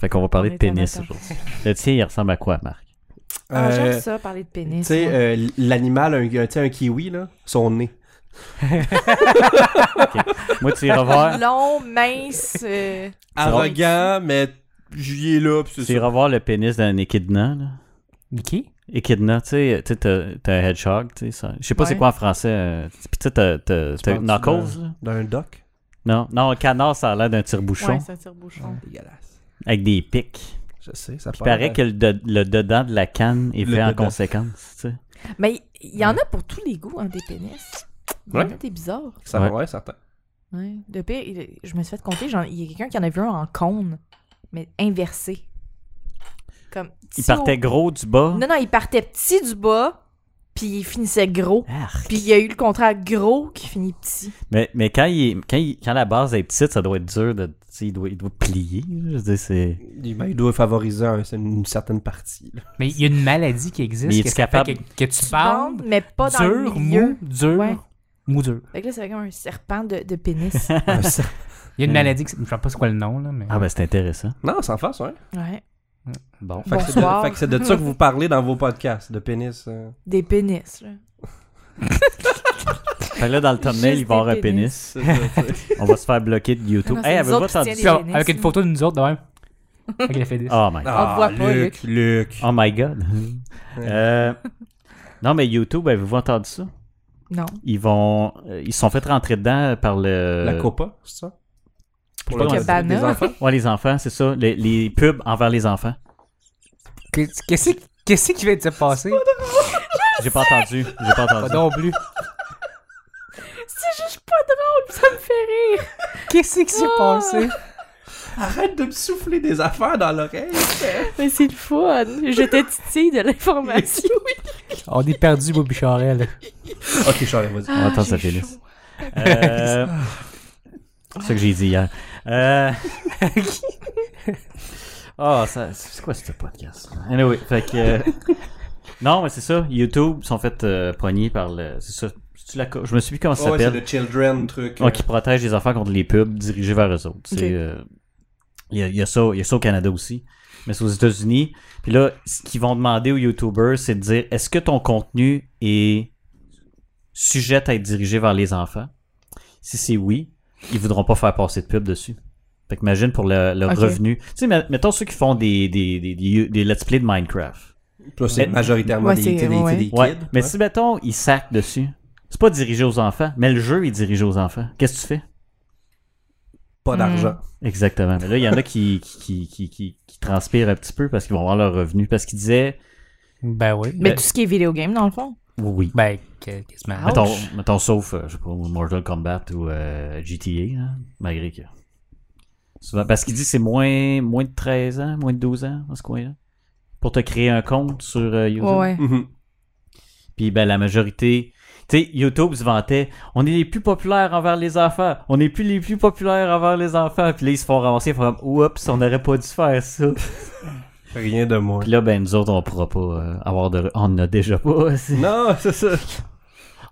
Fait qu'on va parler On de est en pénis attente. aujourd'hui. Le tien, il ressemble à quoi, Marc? Ah, Euh, J'aime ça, parler de Tu pénis. sais, moi. euh, l'animal, un, tu sais, un kiwi, là, son nez. Moi, tu iras voir, Long, mince. euh, Arrogant, mais j'y ai là, pis c'est tu ça. iras voir le pénis d'un échidna, là. Qui? Échidna, tu sais, tu sais, t'as t'as un hedgehog, tu sais, ça. Je sais pas Ouais. c'est quoi en français. euh, Puis tu sais, t'as- t'as Tu t'as parles-tu Knuckles, là? D'un doc. Non, non, un canard, ça a l'air d'un tire-bouchon Ouais, c'est un tire-bouchon. Dégueulasse. avec des pics. Je sais, ça Puis il paraît que le, de- le dedans de la canne est Le fait en dedans. conséquence, tu sais. Mais il y en a pour tous les goûts, hein, des pénis. Il y en a Ouais. des bizarres. Ça, Ouais. ouais, certain. Ouais. De pire, il- je me suis fait compter, genre, il y a quelqu'un qui en a vu un en cône, mais inversé. Comme Il petit partait au- gros du bas. Non, non, il partait petit du bas, puis il finissait gros. Arc. Puis il y a eu le contraire gros qui finit petit. Mais, mais quand, il, est- quand, il- quand la base est petite, ça doit être dur de. tu sais, Il doit, il doit plier. là. Je veux dire, c'est. Il, ben, il doit favoriser un- c'est une certaine partie. là. Mais il y a une maladie qui existe. Mais es-tu que ça fait capable- Que, que tu Bande, bandes, mais pas dans le dur, milieu. mou, dur, Ouais. mou, dur. Fait que là, c'est comme un serpent de, de pénis. Un cer- Il y a une Hmm. maladie, qui- je ne sais pas c'est quoi le nom, là, mais... Ah, ben c'est intéressant. non, sans face, ouais. ouais. Bon. Fait que c'est de- Bonsoir. fait que c'est de, ça que vous parlez dans vos podcasts, de pénis. euh. Des pénis, là. Fait que là, dans le thumbnail, Juste il va y avoir un des Ah pénis. C'est ça, tu sais. On va se faire bloquer de YouTube. Non, non, hey, c'est nous avez-vous autres qui entendu tiennent Puis on- pénis, avec une là. photo de nous autres, de même. Avec la fédis. Oh my god. Ah, voit pas, Luc. Luc. Oh my god. Euh, non, mais YouTube, avez-vous entendu ça? Non. Ils vont. euh, Ils se sont fait rentrer dedans par le. La copa, c'est ça? pas les- Cabana. les enfants? Ouais, les enfants, c'est ça. Les, les pubs envers les enfants. Qu'est-ce qu'est-ce qui- qu'est-ce qui vient de se passer? J'ai Ah, pas entendu. J'ai pas Pas entendu. non plus. C'est juste pas drôle, ça me fait rire. Qu'est-ce qui s'est Ah. passé? Arrête de me souffler des affaires dans l'oreille. Mais c'est le fun. J'étais titille de l'information. On est perdu, Bobby Charel. ok, Charles, vas-y. On attend Ah, sa j'ai pénis. chaud. Euh, C'est ce que j'ai dit hier. Euh... oh, ça, c'est quoi ce podcast? Anyway, fait que. euh, Non, mais c'est ça. YouTube sont fait euh, poigner par le. C'est ça. C'est-tu la co- Je me suis dit comment Ah, ça Oh, ouais, c'est s'appelle. le children truc. euh, Ouais, Ah, qui protège les enfants contre les pubs dirigés vers eux autres. C'est, Ok. euh, Il y, a- il y a ça il y a ça au Canada aussi, mais c'est aux États-Unis. Puis là, ce qu'ils vont demander aux YouTubers, c'est de dire est-ce que ton contenu est sujet à être dirigé vers les enfants Si c'est oui, ils voudront pas faire passer de pub dessus. Fait qu'imagine pour le, leur Ok. revenu. Tu sais, mais- mettons ceux qui font des, des, des, des- des let's play de Minecraft. Toi, c'est Mais- majoritairement Ouais, des, c'est- t'sais, des- t'sais, ouais. des kids. Ouais. Mais ouais. si, mettons, ils sacent dessus, c'est pas dirigé aux enfants, mais le jeu est dirigé aux enfants. Qu'est-ce que tu fais Pas d'argent. Exactement. Mais là, il y en a qui, qui, qui, qui, qui transpirent un petit peu parce qu'ils vont avoir leur revenu. Parce qu'ils disaient Ben oui. Mais Ben- tout ce qui est vidéo game, dans le fond. oui. Ben, que- quasiment. Mettons, mettons sauf, euh, je sais pas, Mortal Kombat ou euh, GTA, hein, malgré que. Souvent, parce qu'ils disent que c'est moins, moins de 13 ans, moins de 12 ans, dans ce coin-là. Pour te créer un compte sur euh, YouTube. Mm. Mhm. Puis ben, la majorité. Tu sais, YouTube se vantait on est les plus populaires envers les enfants. On est plus les plus populaires envers les enfants. Puis là, ils se font ramasser. Ils font comme Oups, on n'aurait pas dû faire ça. Rien de moins. Puis là, ben, nous autres, on pourra pas euh, avoir de. On en a déjà pas. c'est- Non, c'est ça.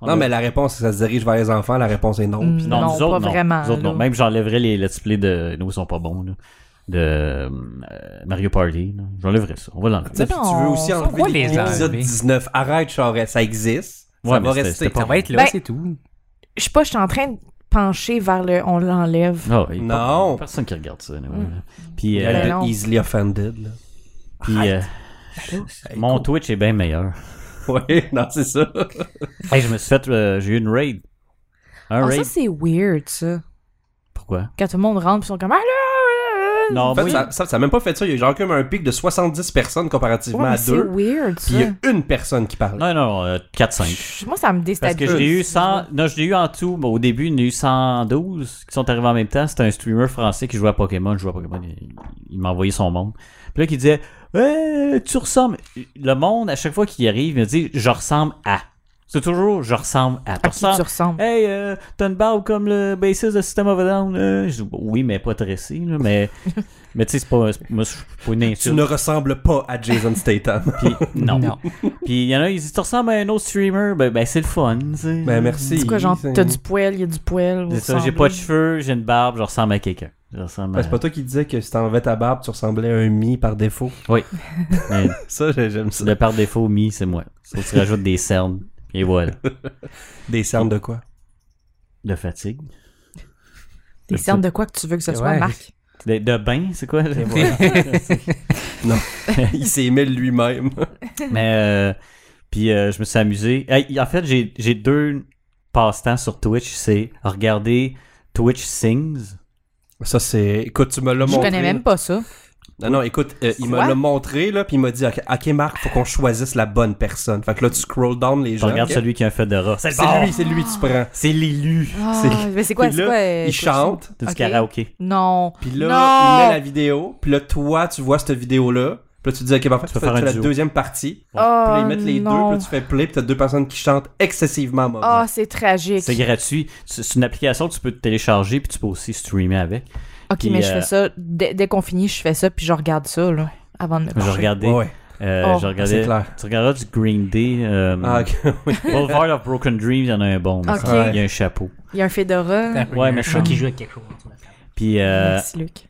on non, a- mais la réponse, c'est que ça se dirige vers les enfants. La réponse est non. Mm. Puis Non, Non, nous autres, pas non. vraiment, Nous autres, non. là. Même j'enlèverais les let's play de. Nous, ils sont pas bons, là. De euh, Mario Party. là. J'enlèverais ça. On va l'enlever. Tu sais, puis tu veux Non, aussi c'est enlever quoi les les épisodes enlever? 19. Arrête, Charest, ça existe. Ouais, ça mais va c'était- rester. c'était pas Ça va être là, Ben- c'est tout. Je sais pas, je suis en train de pencher vers le on l'enlève. Ah oui, pas- Non. Personne qui regarde ça. anyway, là. Puis, Il euh, Ben est non. easily offended. Là. puis, euh, mon Twitch est bien meilleur. Ouais, non, c'est ça. Hey, je me suis fait. euh, J'ai eu une raid. Un Ah, raid. ça, c'est weird, ça. Pourquoi Quand tout le monde rentre, ils sont comme Allô! Non, En fait, moi, ça, ça, ça a même pas fait ça. Il y a genre comme un pic de 70 personnes comparativement Ouais, mais à c'est deux. weird, Puis ça. il y a une personne qui parle. Non, non, euh, 4-5. Je- Moi, ça me Parce que déstabilise. je l'ai eu 100. Non, je l'ai eu en tout. mais au début, il y en a eu 112 qui sont arrivés en même temps. C'était un streamer français qui jouait à Pokémon. Je jouais à Pokémon. Il, il m'a envoyé son monde. Puis là, qui disait Eh, Tu ressembles. Le monde, à chaque fois qu'il arrive, il me dit Je ressemble à. C'est toujours Je ressemble à. À qui tu ressembles? Hey, euh, t'as une barbe comme le bassiste de System of a Down. euh. Je dis, oui, mais pas tressé. là, mais mais tu sais, c'est pas, c'est- moi, je suis pas une Tu insulte. ne ressembles pas à Jason Statham. Puis, non. Non. Puis il y en a, ils disent Tu ressembles à un autre streamer. Ben, ben c'est le fun. tu sais. ben merci. Mm. C'est quoi, genre, C'est- t'as du poil, il y a du poil. vous C'est ça, j'ai pas de cheveux, j'ai une barbe, je ressemble à quelqu'un. Je ressemble Ben, c'est à... pas toi qui disais que si t'enlevais ta barbe, tu ressemblais à un mi par défaut. Mais Ça, j'ai- j'aime ça. le par défaut, mi, c'est moi. Sauf que tu rajoutes des cernes. Et voilà. Des cernes de quoi? De fatigue. Des Le cernes de quoi que tu veux que ce soit, Ouais. Marc? De, de bain, c'est quoi? là? Il s'est aimé lui-même. Mais euh, puis euh, je me suis amusé. Hey, en fait, j'ai j'ai deux passe-temps sur Twitch. C'est regarder Twitch Sings. Ça, c'est... Écoute, tu me l'as Je montré. connais même pas ça. Non, non, écoute, euh, il me Quoi? l'a montré, là, puis il m'a dit, OK, OK, Marc, faut qu'on choisisse la bonne personne. Fait que là, tu scroll down les Je gens. regarde Ah, OK? celui qui a un Fedora. C'est le C'est bon! lui, c'est lui, tu prends. C'est l'élu Ah, C'est- mais c'est quoi? Puis c'est là, quoi, euh, il quoi, chante, du Ok. karaoké. ça? Non. puis là, Non! il met la vidéo, puis là, toi, tu vois cette vidéo-là, puis là, tu te dis, OK, ben, en fait, tu peux fais, faire tu un fais la duo. deuxième partie, puis Oh, là, ils mettent les non. deux, puis là, tu fais play, puis t'as deux personnes qui chantent excessivement mauvais. Ah, c'est tragique. C'est gratuit. C'est c'est une application que tu peux te télécharger puis tu peux aussi streamer avec. Ok, Puis, mais je euh, fais ça. Dès, dès qu'on finit, je fais ça, puis je regarde ça, là, avant de me Je coucher. regardais, Ouais, ouais, euh, Oh. je c'est regardais clair. tu regarderas du Green Day. Euh, Ah, OK, oui. Boulevard of Broken Dreams, il y en a un bon. mais Ok. ça, Il y a un chapeau. Il y a un Euh, Fedora. Ouais, mais chat ça- qui joue avec quelque chose. Puis, euh, Merci, Luc. Puis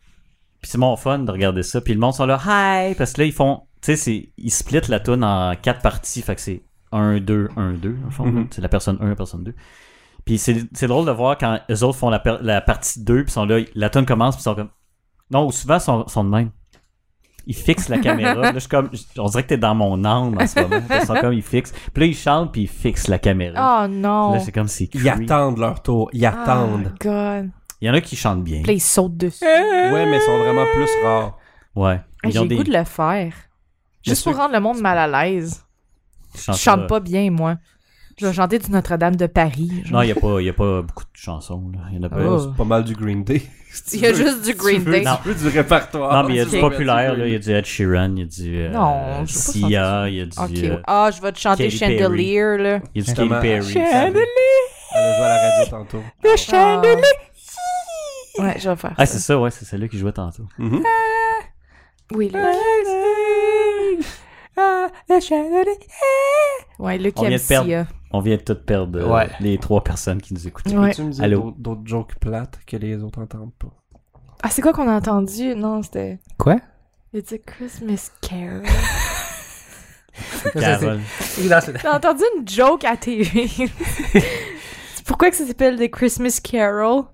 c'est mon fun de regarder ça. Puis le monde sont là, hi! Parce que là, ils font, tu sais, c'est- ils split la toune en quatre parties. Fait que c'est 1, 2, 1, 2, en fond. là. Mhm. C'est la personne 1, la personne 2. Puis c'est c'est drôle de voir quand eux autres font la, per- la partie 2, puis sont là, la toune commence, puis ils sont comme. Non, souvent, ils sont, sont de même. Ils fixent la caméra. là, je suis comme, je- on dirait que t'es dans mon âme en ce moment. Ils sont comme, ils fixent. Puis là, ils chantent, puis ils fixent la caméra. Oh non. Là, c'est comme, c'est Ils creepy. attendent leur tour, ils Oh, attendent. God. Il y en a qui chantent bien. Puis là, ils sautent dessus. Ouais, mais ils sont vraiment plus rares. Ouais. Ils Ah, J'ai ont le des- goût de le faire. Mais Juste pour ceux- rendre le monde mal à l'aise. ils Je chantent chante pas bien, moi. Je vais chanter du Notre-Dame de Paris. genre. Non, il n'y a, pas- y a pas beaucoup de chansons. Là. Y en a pas. Ouais, Oh. C'est pas mal du Green Day. il Si tu y a veux. juste du Green Tu veux- Day. Non. tu veux du répertoire. Non, mais il y a du Ok. populaire. là. Il y a du Ed Sheeran, il y a du euh, Non, je sais pas Sia, il y a du, Ok. euh, ouais. Ah, je vais te chanter Katy Perry. Chandelier, là. il y a du Katy Justement. Perry. Elle a joué à la radio tantôt. Ah. Ouais, je vais faire Ah, ça. c'est ça, ouais, c'est celle-là qui jouait tantôt. Mhm. Oui, Luc. Ah, Ouais, Luc On aime vient de perdre. Sia. On vient de tout perdre euh, Ouais. les trois personnes qui nous écoutaient. Ouais. Tu me disais Allô? d'autres- d'autres jokes plates que les autres entendent pas. Ah, c'est quoi qu'on a entendu? Non, c'était... Quoi? It's a Christmas Carol. Carole. J'ai entendu une joke à TV. C'est Pourquoi que ça s'appelle The Christmas Carol?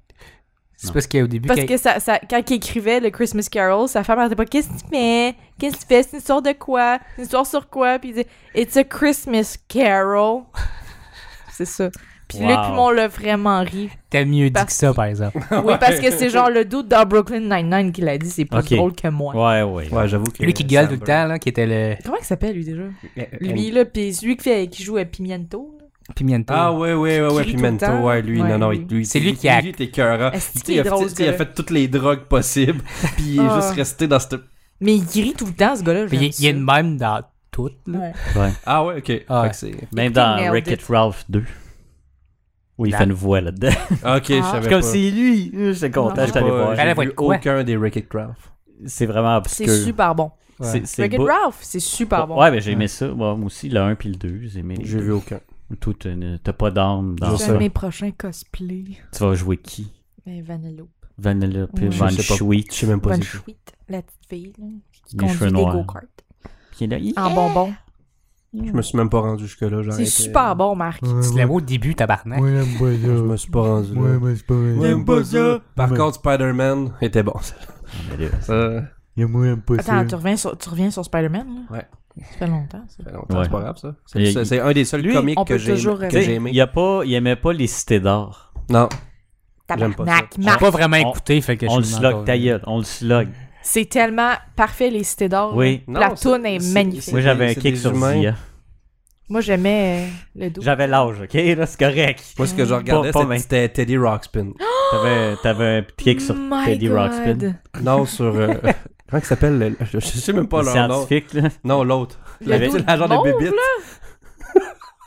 C'est parce qu'au début, Parce quand- que ça, ça- quand il écrivait le Christmas Carol, sa femme elle disait pas Qu'est-ce que tu fais Qu'est-ce que tu fais C'est une histoire de quoi C'est une histoire sur quoi Puis il disait It's a Christmas Carol. c'est ça. Puis Wow. Luc puis moi, on l'a vraiment ri. t'as mieux dit Parce- que ça, par exemple. Oui, parce que c'est genre le doute dans Brooklyn Nine-Nine qui l'a dit, c'est plus Ok. drôle que moi. Ouais, ouais. Ouais, j'avoue que. Lui qui gueule tout le temps, là, qui était le Comment il s'appelle lui déjà temps. Lui, là, puis celui qui, fait, qui joue à Pimiento. là. pimiento. Ah ouais, ouais, ouais, ouais. Qui rit Puis tout le Mento, temps. ouais, lui, Ouais, non, non, lui. lui. C'est lui qui a- Lui, il était écœurant. Est-ce Ah, Tu sais, qu'il Il est a fait- drôle, tu sais, il a ce fait toutes les drogues possibles. Puis il est Ah. juste resté dans cette. Mais il rit tout le temps, ce gars-là. Puis Il j'aime y- il y a ça. une même dans tout, là. Ouais. Ah ouais, ok. Fait Ah ouais. que c'est- Même Écoutez, dans Nailed Wreck-It It. Ralph 2. Où il Là. fait une voix là-dedans. Ok, je Ah. C'est savais pas. comme c'est lui. J'étais content, Non. j'étais allé J'ai voir. pas- Allez, j'ai ouais, vu quoi? aucun des Wreck-It Ralph. C'est vraiment C'est obscur. super bon. Ouais. C'est Wreck-It beau. Ralph, c'est super bon. Ouais, mais j'ai aimé ça. Ouais, moi aussi, le 1 puis le 2, j'ai aimé les J'ai deux. vu aucun. Tout, euh, T'as pas d'armes dans C'est ça. un de mes prochains cosplays. Tu vas jouer qui Mais Vanellope. Vanilla, puis Ouais. Van Je sais pas. Sweet. Je sais même pas. Bonne c'est qui. chouette, la petite fille là, qui Les cheveux conduit des noirs. go-karts Puis là, hi. en bonbon. Je me suis même pas rendu jusque-là. C'est super bon, Marc. Tu l'as au début, tabarnak. Moi, j'aime pas Je ça. me suis pas rendu Moi, là. moi, c'est pas vrai. J'aime pas ça. Par Mais- contre, Spider-Man était bon. Mais là, Ça Et moi, j'aime pas ça. Attends, tu reviens sur, tu reviens sur Spider-Man là? Ouais. Ça fait longtemps ça. fait longtemps, Ouais. c'est pas grave ça. Et- C'est- C'est c'est un des seuls Lui, comics on que peut j'ai toujours que Tu sais, rêver. j'ai aimé. Il, a pas, il aimait pas les cités d'or. Non, J'aime pas ça. Tabarnak, J'ai Marc. pas vraiment on- écouté, fait que je On le suis slog, encore- ta gueule, on le slog. C'est tellement parfait les cités d'or. Oui. là. La Non, toune c'est- est, c'est- magnifique. Moi, j'avais un c'est kick des sur humains. Zia. Moi j'aimais euh, le dos. J'avais l'âge, ok? Là, c'est correct. moi ce que je regardais Pas- pas c'était- mal. c'était Teddy Rockspin. T'avais, t'avais un kick sur Oh My Teddy God. Rockspin. Non, sur. euh, Comment il s'appelle le- Je je sais même pas le leur nom. scientifique, là. Non, l'autre. Il y a Le- d'autres L'agent mauves, des bébites.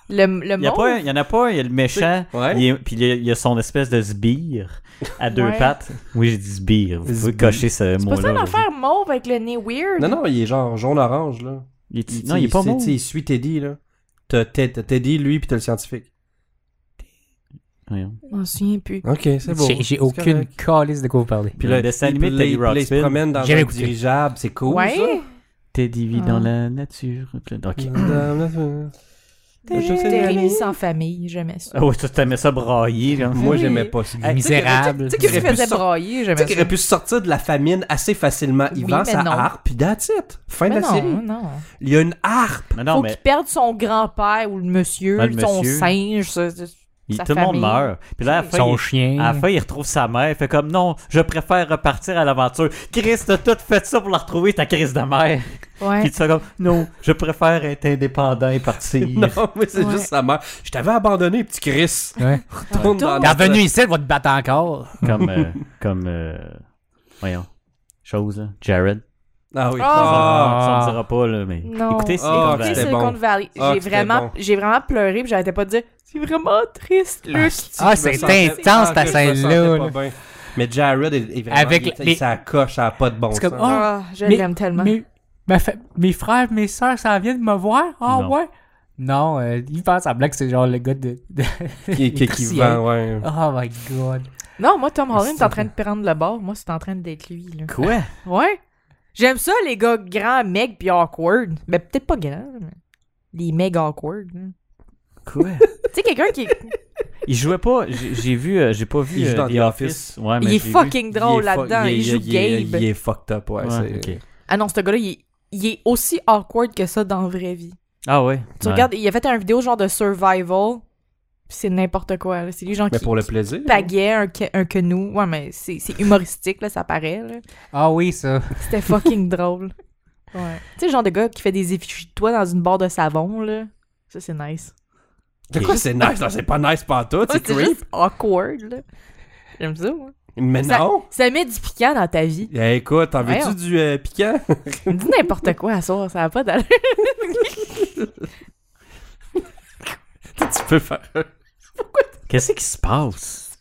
Le, le Il y, a mauve. pas, un- il y en a pas, un, il y a le méchant, Ouais. il est- puis il y, a, il y a son espèce de sbire à deux Ouais. pattes. Oui, j'ai dit sbire, vous pouvez Sbire. cocher ce C'est pas ça mot-là. une aujourd'hui. affaire mauve avec le nez weird. Non, non, il est genre jaune-orange, là. Il est- non, il est pas c'est- mort. tu sais, Il suit Teddy, là. T'as Ted- t'as Teddy, lui, puis t'as le scientifique. Voyons. Je m'en souviens plus. Ok, c'est beau. J'ai- J'ai C'est aucune correct. calice de quoi vous parlez. Puis le dessin animé de Play- Teddy Play se Ruxpin. promène dans J'ai un écouté. dirigeable, c'est cool. ouais. Teddy vit dans Ah. la nature. Ok. ça. Madame- J'étais réunie sans famille, jamais ça. Ah oui, tu t'aimais ça brailler. genre. Moi, Oui. j'aimais pas ça. Les misérables. tu sais Tu qu'il se aurait pu faisais sortir- brailler, tu sais jamais qu'il aurait ça. pu sortir de la famine assez facilement. Il Oui, vend mais sa non. harpe, puis that's it. Fin de Mais la série. non, non. Il y a une harpe. Mais Faut non, qu'il mais perde son grand-père ou le monsieur, Ben, le son monsieur. singe. ça- ça- il- sa tout le monde famille. meurt. Puis là, à la fin, Son il- à la chien. fin, il retrouve sa mère. Il fait comme non, je préfère repartir à l'aventure. Chris, t'as tout fait ça pour la retrouver, ta crise de mère. Puis Ouais. tu fais comme non, je préfère être indépendant et partir. Non, mais c'est Ouais. juste sa mère. Je t'avais abandonné, petit Chris. Ouais. Retourne dans T'es notre- revenu ici, elle va te battre encore. Comme. euh, comme euh, voyons. Chose, là. Jared. Ah oui. Oh. Ah. Ça, on ne dira pas, là, mais. Non. Écoutez, c'est Ah, comme Tu sais, c'était Valley. Silicon bon. Valley, Ah, j'ai c'était vraiment, bon. j'ai vraiment pleuré, puis j'arrêtais pas de dire c'est vraiment triste, Luc. Ah, Je me c'est sentais- intense, Ah, ta que je me scène-là, sentais pas là. bien. Mais Jared est, est vraiment. Avec Avec les- les... Ça coche, ça a pas de bon C'est sens. comme, oh, Ah, je Mais- l'aime tellement. Mais, ma fa- mes frères, mes soeurs, ça vient de me voir. Ah Non. ouais? Non, euh, il pense à blague, c'est genre le gars de. de- qui, qui, qui Merci, vend, ouais. Oh my god. Non, moi, Tom Holland C'est est en train de prendre le bord. Moi, c'est en train d'être lui, là. Quoi? Ouais. J'aime ça, les gars grands, mecs, puis awkward. Mais peut-être pas grands, mais les mecs awkward. hein. Quoi? Tu sais, quelqu'un qui. Il jouait pas. J'ai j'ai vu. euh, J'ai pas vu. Il joue euh, dans The The Office. Office. Ouais, il mais est j'ai vu. fucking drôle est fu- là-dedans. est- Il, joue il est- Gabe. Il est fucked up, ouais. Ouais, c'est- ok. Ah non, ce gars-là, il, est- il est aussi awkward que ça dans la vraie vie. Ah ouais. Tu Ouais. regardes, il a fait un vidéo genre de survival, puis c'est n'importe quoi. là. C'est lui, genre, Mais qui, pour le qui plaisir. taguait un, ca- un canoe. Ouais, mais c'est c'est humoristique, là, ça paraît, là. Ah oui, ça. C'était fucking drôle. Ouais. Tu sais, le genre de gars qui fait des effigies de toi dans une barre de savon, là. Ça, c'est nice. De quoi c'est nice? Non, c'est pas nice pantoute, Ouais, c'est creep. juste awkward, là. J'aime ça, moi. Mais Ça- non! Ça met du piquant dans ta vie. Eh, écoute, t'en Voyons. veux-tu du euh, piquant? Dis n'importe quoi à soir, ça va pas d'aller. tu peux faire. Qu'est-ce qui se passe?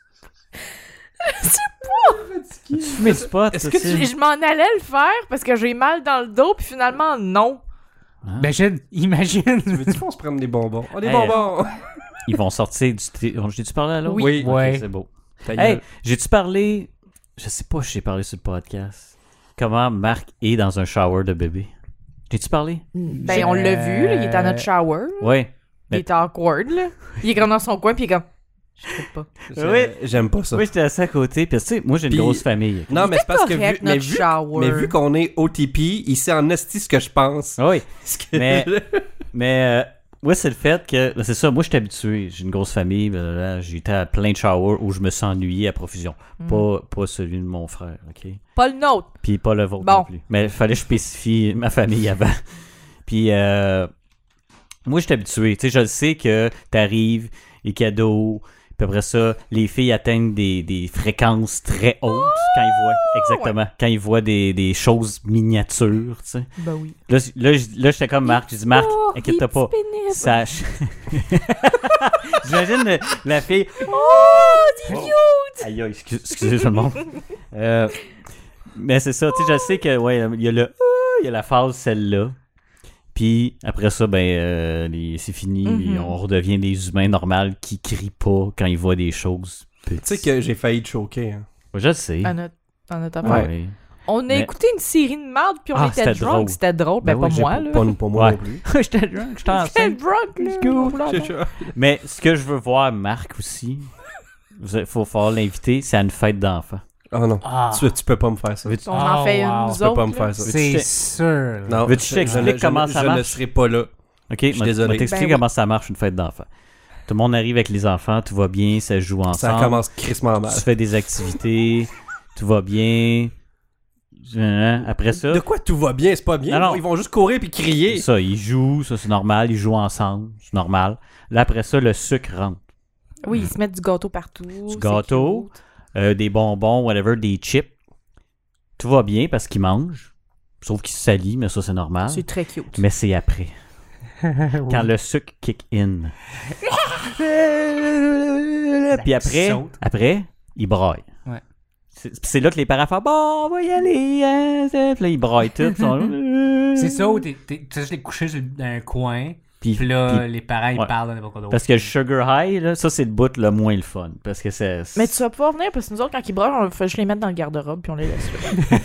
Je sais pas. Tu mets du pot, Est-ce toi, que tu sais? Je m'en allais le faire parce que j'ai mal dans le dos, puis finalement, non. Imagine, imagine. Veux-tu qu'on se prenne des bonbons? Oh, des Hey, bonbons! Ils vont sortir du. thé- J'ai-tu parlé à l'autre? Oui. Ok, Ouais. c'est beau. Ta gueule. Hey, j'ai-tu parlé. Je sais pas si j'ai parlé sur le podcast. Comment Marc est dans un shower de bébé. J'ai-tu parlé? Ben, on l'a vu, là, il est à notre shower. Ouais. Il est awkward, là. Il est comme dans son coin, puis il est comme. Je sais pas. J'ai- J'aime pas ça. Oui, j'étais assis à côté. Puis, tu sais, moi, j'ai une Puis- grosse famille. Non, mais c'est parce que vu, correct, mais notre vu, shower. mais vu qu'on est OTP, il sait en esti ce que je pense. Ah Oui. Ce que- Mais, mais euh, ouais, c'est le fait que. ben, C'est ça, moi, je suis habitué. J'ai une grosse famille. blablabla, J'étais à plein de showers où je me sens ennuyé à profusion. Mm. Pas, pas celui de mon frère, OK? Pas le nôtre. Puis pas le vôtre Bon. non plus. Mais il fallait que je spécifie ma famille avant. Puis euh, moi, je suis habitué. Tu sais, je le sais que t'arrives, les cadeaux, puis après ça, les filles atteignent des, des fréquences très hautes Oh, quand ils voient, exactement, quand ils voient des, des choses miniatures, tu sais. Ben oui. Là, j- là, j- là j'étais comme Marc. J'ai dit, Marc, Oh, inquiète-toi il est pas. pénible. Sache. J'imagine le- la fille. Oh, c'est cute! Aïe, aïe, excuse- excusez tout le monde. Euh, mais c'est ça, tu sais, je sais que, ouais, il y a le Ah il y a la phase celle-là. Puis après ça, ben, euh, les- c'est fini. Mhm. puis On redevient des humains normaux qui crient pas quand ils voient des choses petites. Tu sais que j'ai failli te choquer. Hein. Ouais, Je le sais. À notre- à notre affaire. Ouais. On a Mais- écouté une série de merde, puis on Ah, était c'était drunk. drôle. C'était drôle. Ben, Ben pas oui, j'ai moi, pas- là. Pas, pour moi Ouais. non plus. J'étais drunk, j'étais C'était enceinte. drunk, là. Let's go. Voilà. Mais ce que je veux voir, Marc, aussi, il faut falloir l'inviter, c'est à une fête d'enfants. Oh non. Ah, Tu, tu peux pas me faire ça. Veux-tu On en Oh, fait une, Ah, wow. nous Tu peux pas autres, me là. faire ça. c'est veux-tu- sûr. Non, Veux-tu que je- je t'explique je- comment ça je marche? ne serai pas là. Ok, suis moi, désolé. moi, t'explique Ben oui. comment ça marche une fête d'enfants. Tout le monde arrive avec les enfants, tout va bien, ça joue ensemble. Ça commence crissement mal. Tu fais des activités, tout va bien. Hein, Après ça, De quoi tout va bien? C'est pas bien? Non, non. Ils vont juste courir puis crier. ça, ils jouent, ça c'est normal, ils jouent ensemble, c'est normal. Là, après ça, le sucre rentre. Oui, ils se mettent du gâteau partout. c'est Mm. gâteau. cute. Euh, des bonbons, whatever, des chips. Tout va bien parce qu'ils mangent. Sauf qu'ils se salient, mais ça c'est normal. C'est très cute. Ah. Mais c'est après. Quand le sucre kick in. Puis après, saute. après, il braille. Ouais. C'est puis c'est là que les parents font Bon, on va y aller. hein, c'est- Puis là, ils braillent tout. ils sont là, C'est ça où t'es- t'es- t'as juste les coucher sur le- dans un coin, Puis, Puis là, puis- les parents, ils ouais. parlent de n'importe quoi d'autre. parce que le Sugar High, là, ça, c'est le bout le moins le fun. Parce que c'est. Mais tu vas pouvoir venir parce que nous autres, quand ils brochent, on fait juste les mettre dans le garde-robe puis on les laisse là.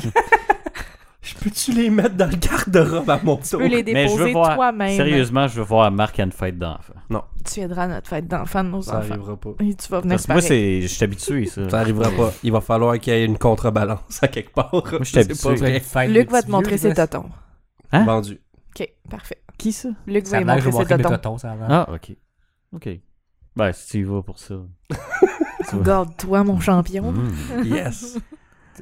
Je peux-tu les mettre dans le garde-robe à mon Tu tour? peux les Mais je veux déposer voir- toi-même. Sérieusement, je veux voir Marc à une fête d'enfant. Tu aideras à notre fête d'enfants de nos Ça enfants. arrivera pas. Et tu vas venir Parce que moi, pareil. c'est. Je suis habitué, ça. Ça arrivera pas. Il va falloir qu'il y ait une contrebalance à quelque part. je suis C'est habitué. pas vrai. Luc va te montrer ses totos. totons. Hein? Vendu. Ok, parfait. Qui ça Luc Ça va a lui l'air que je montrer vais ses montrer mes totons. totons, ça a l'air. Ah, ok. Ok. Ben, si tu y vas pour ça. Garde-toi, mon champion. Mm. Yes.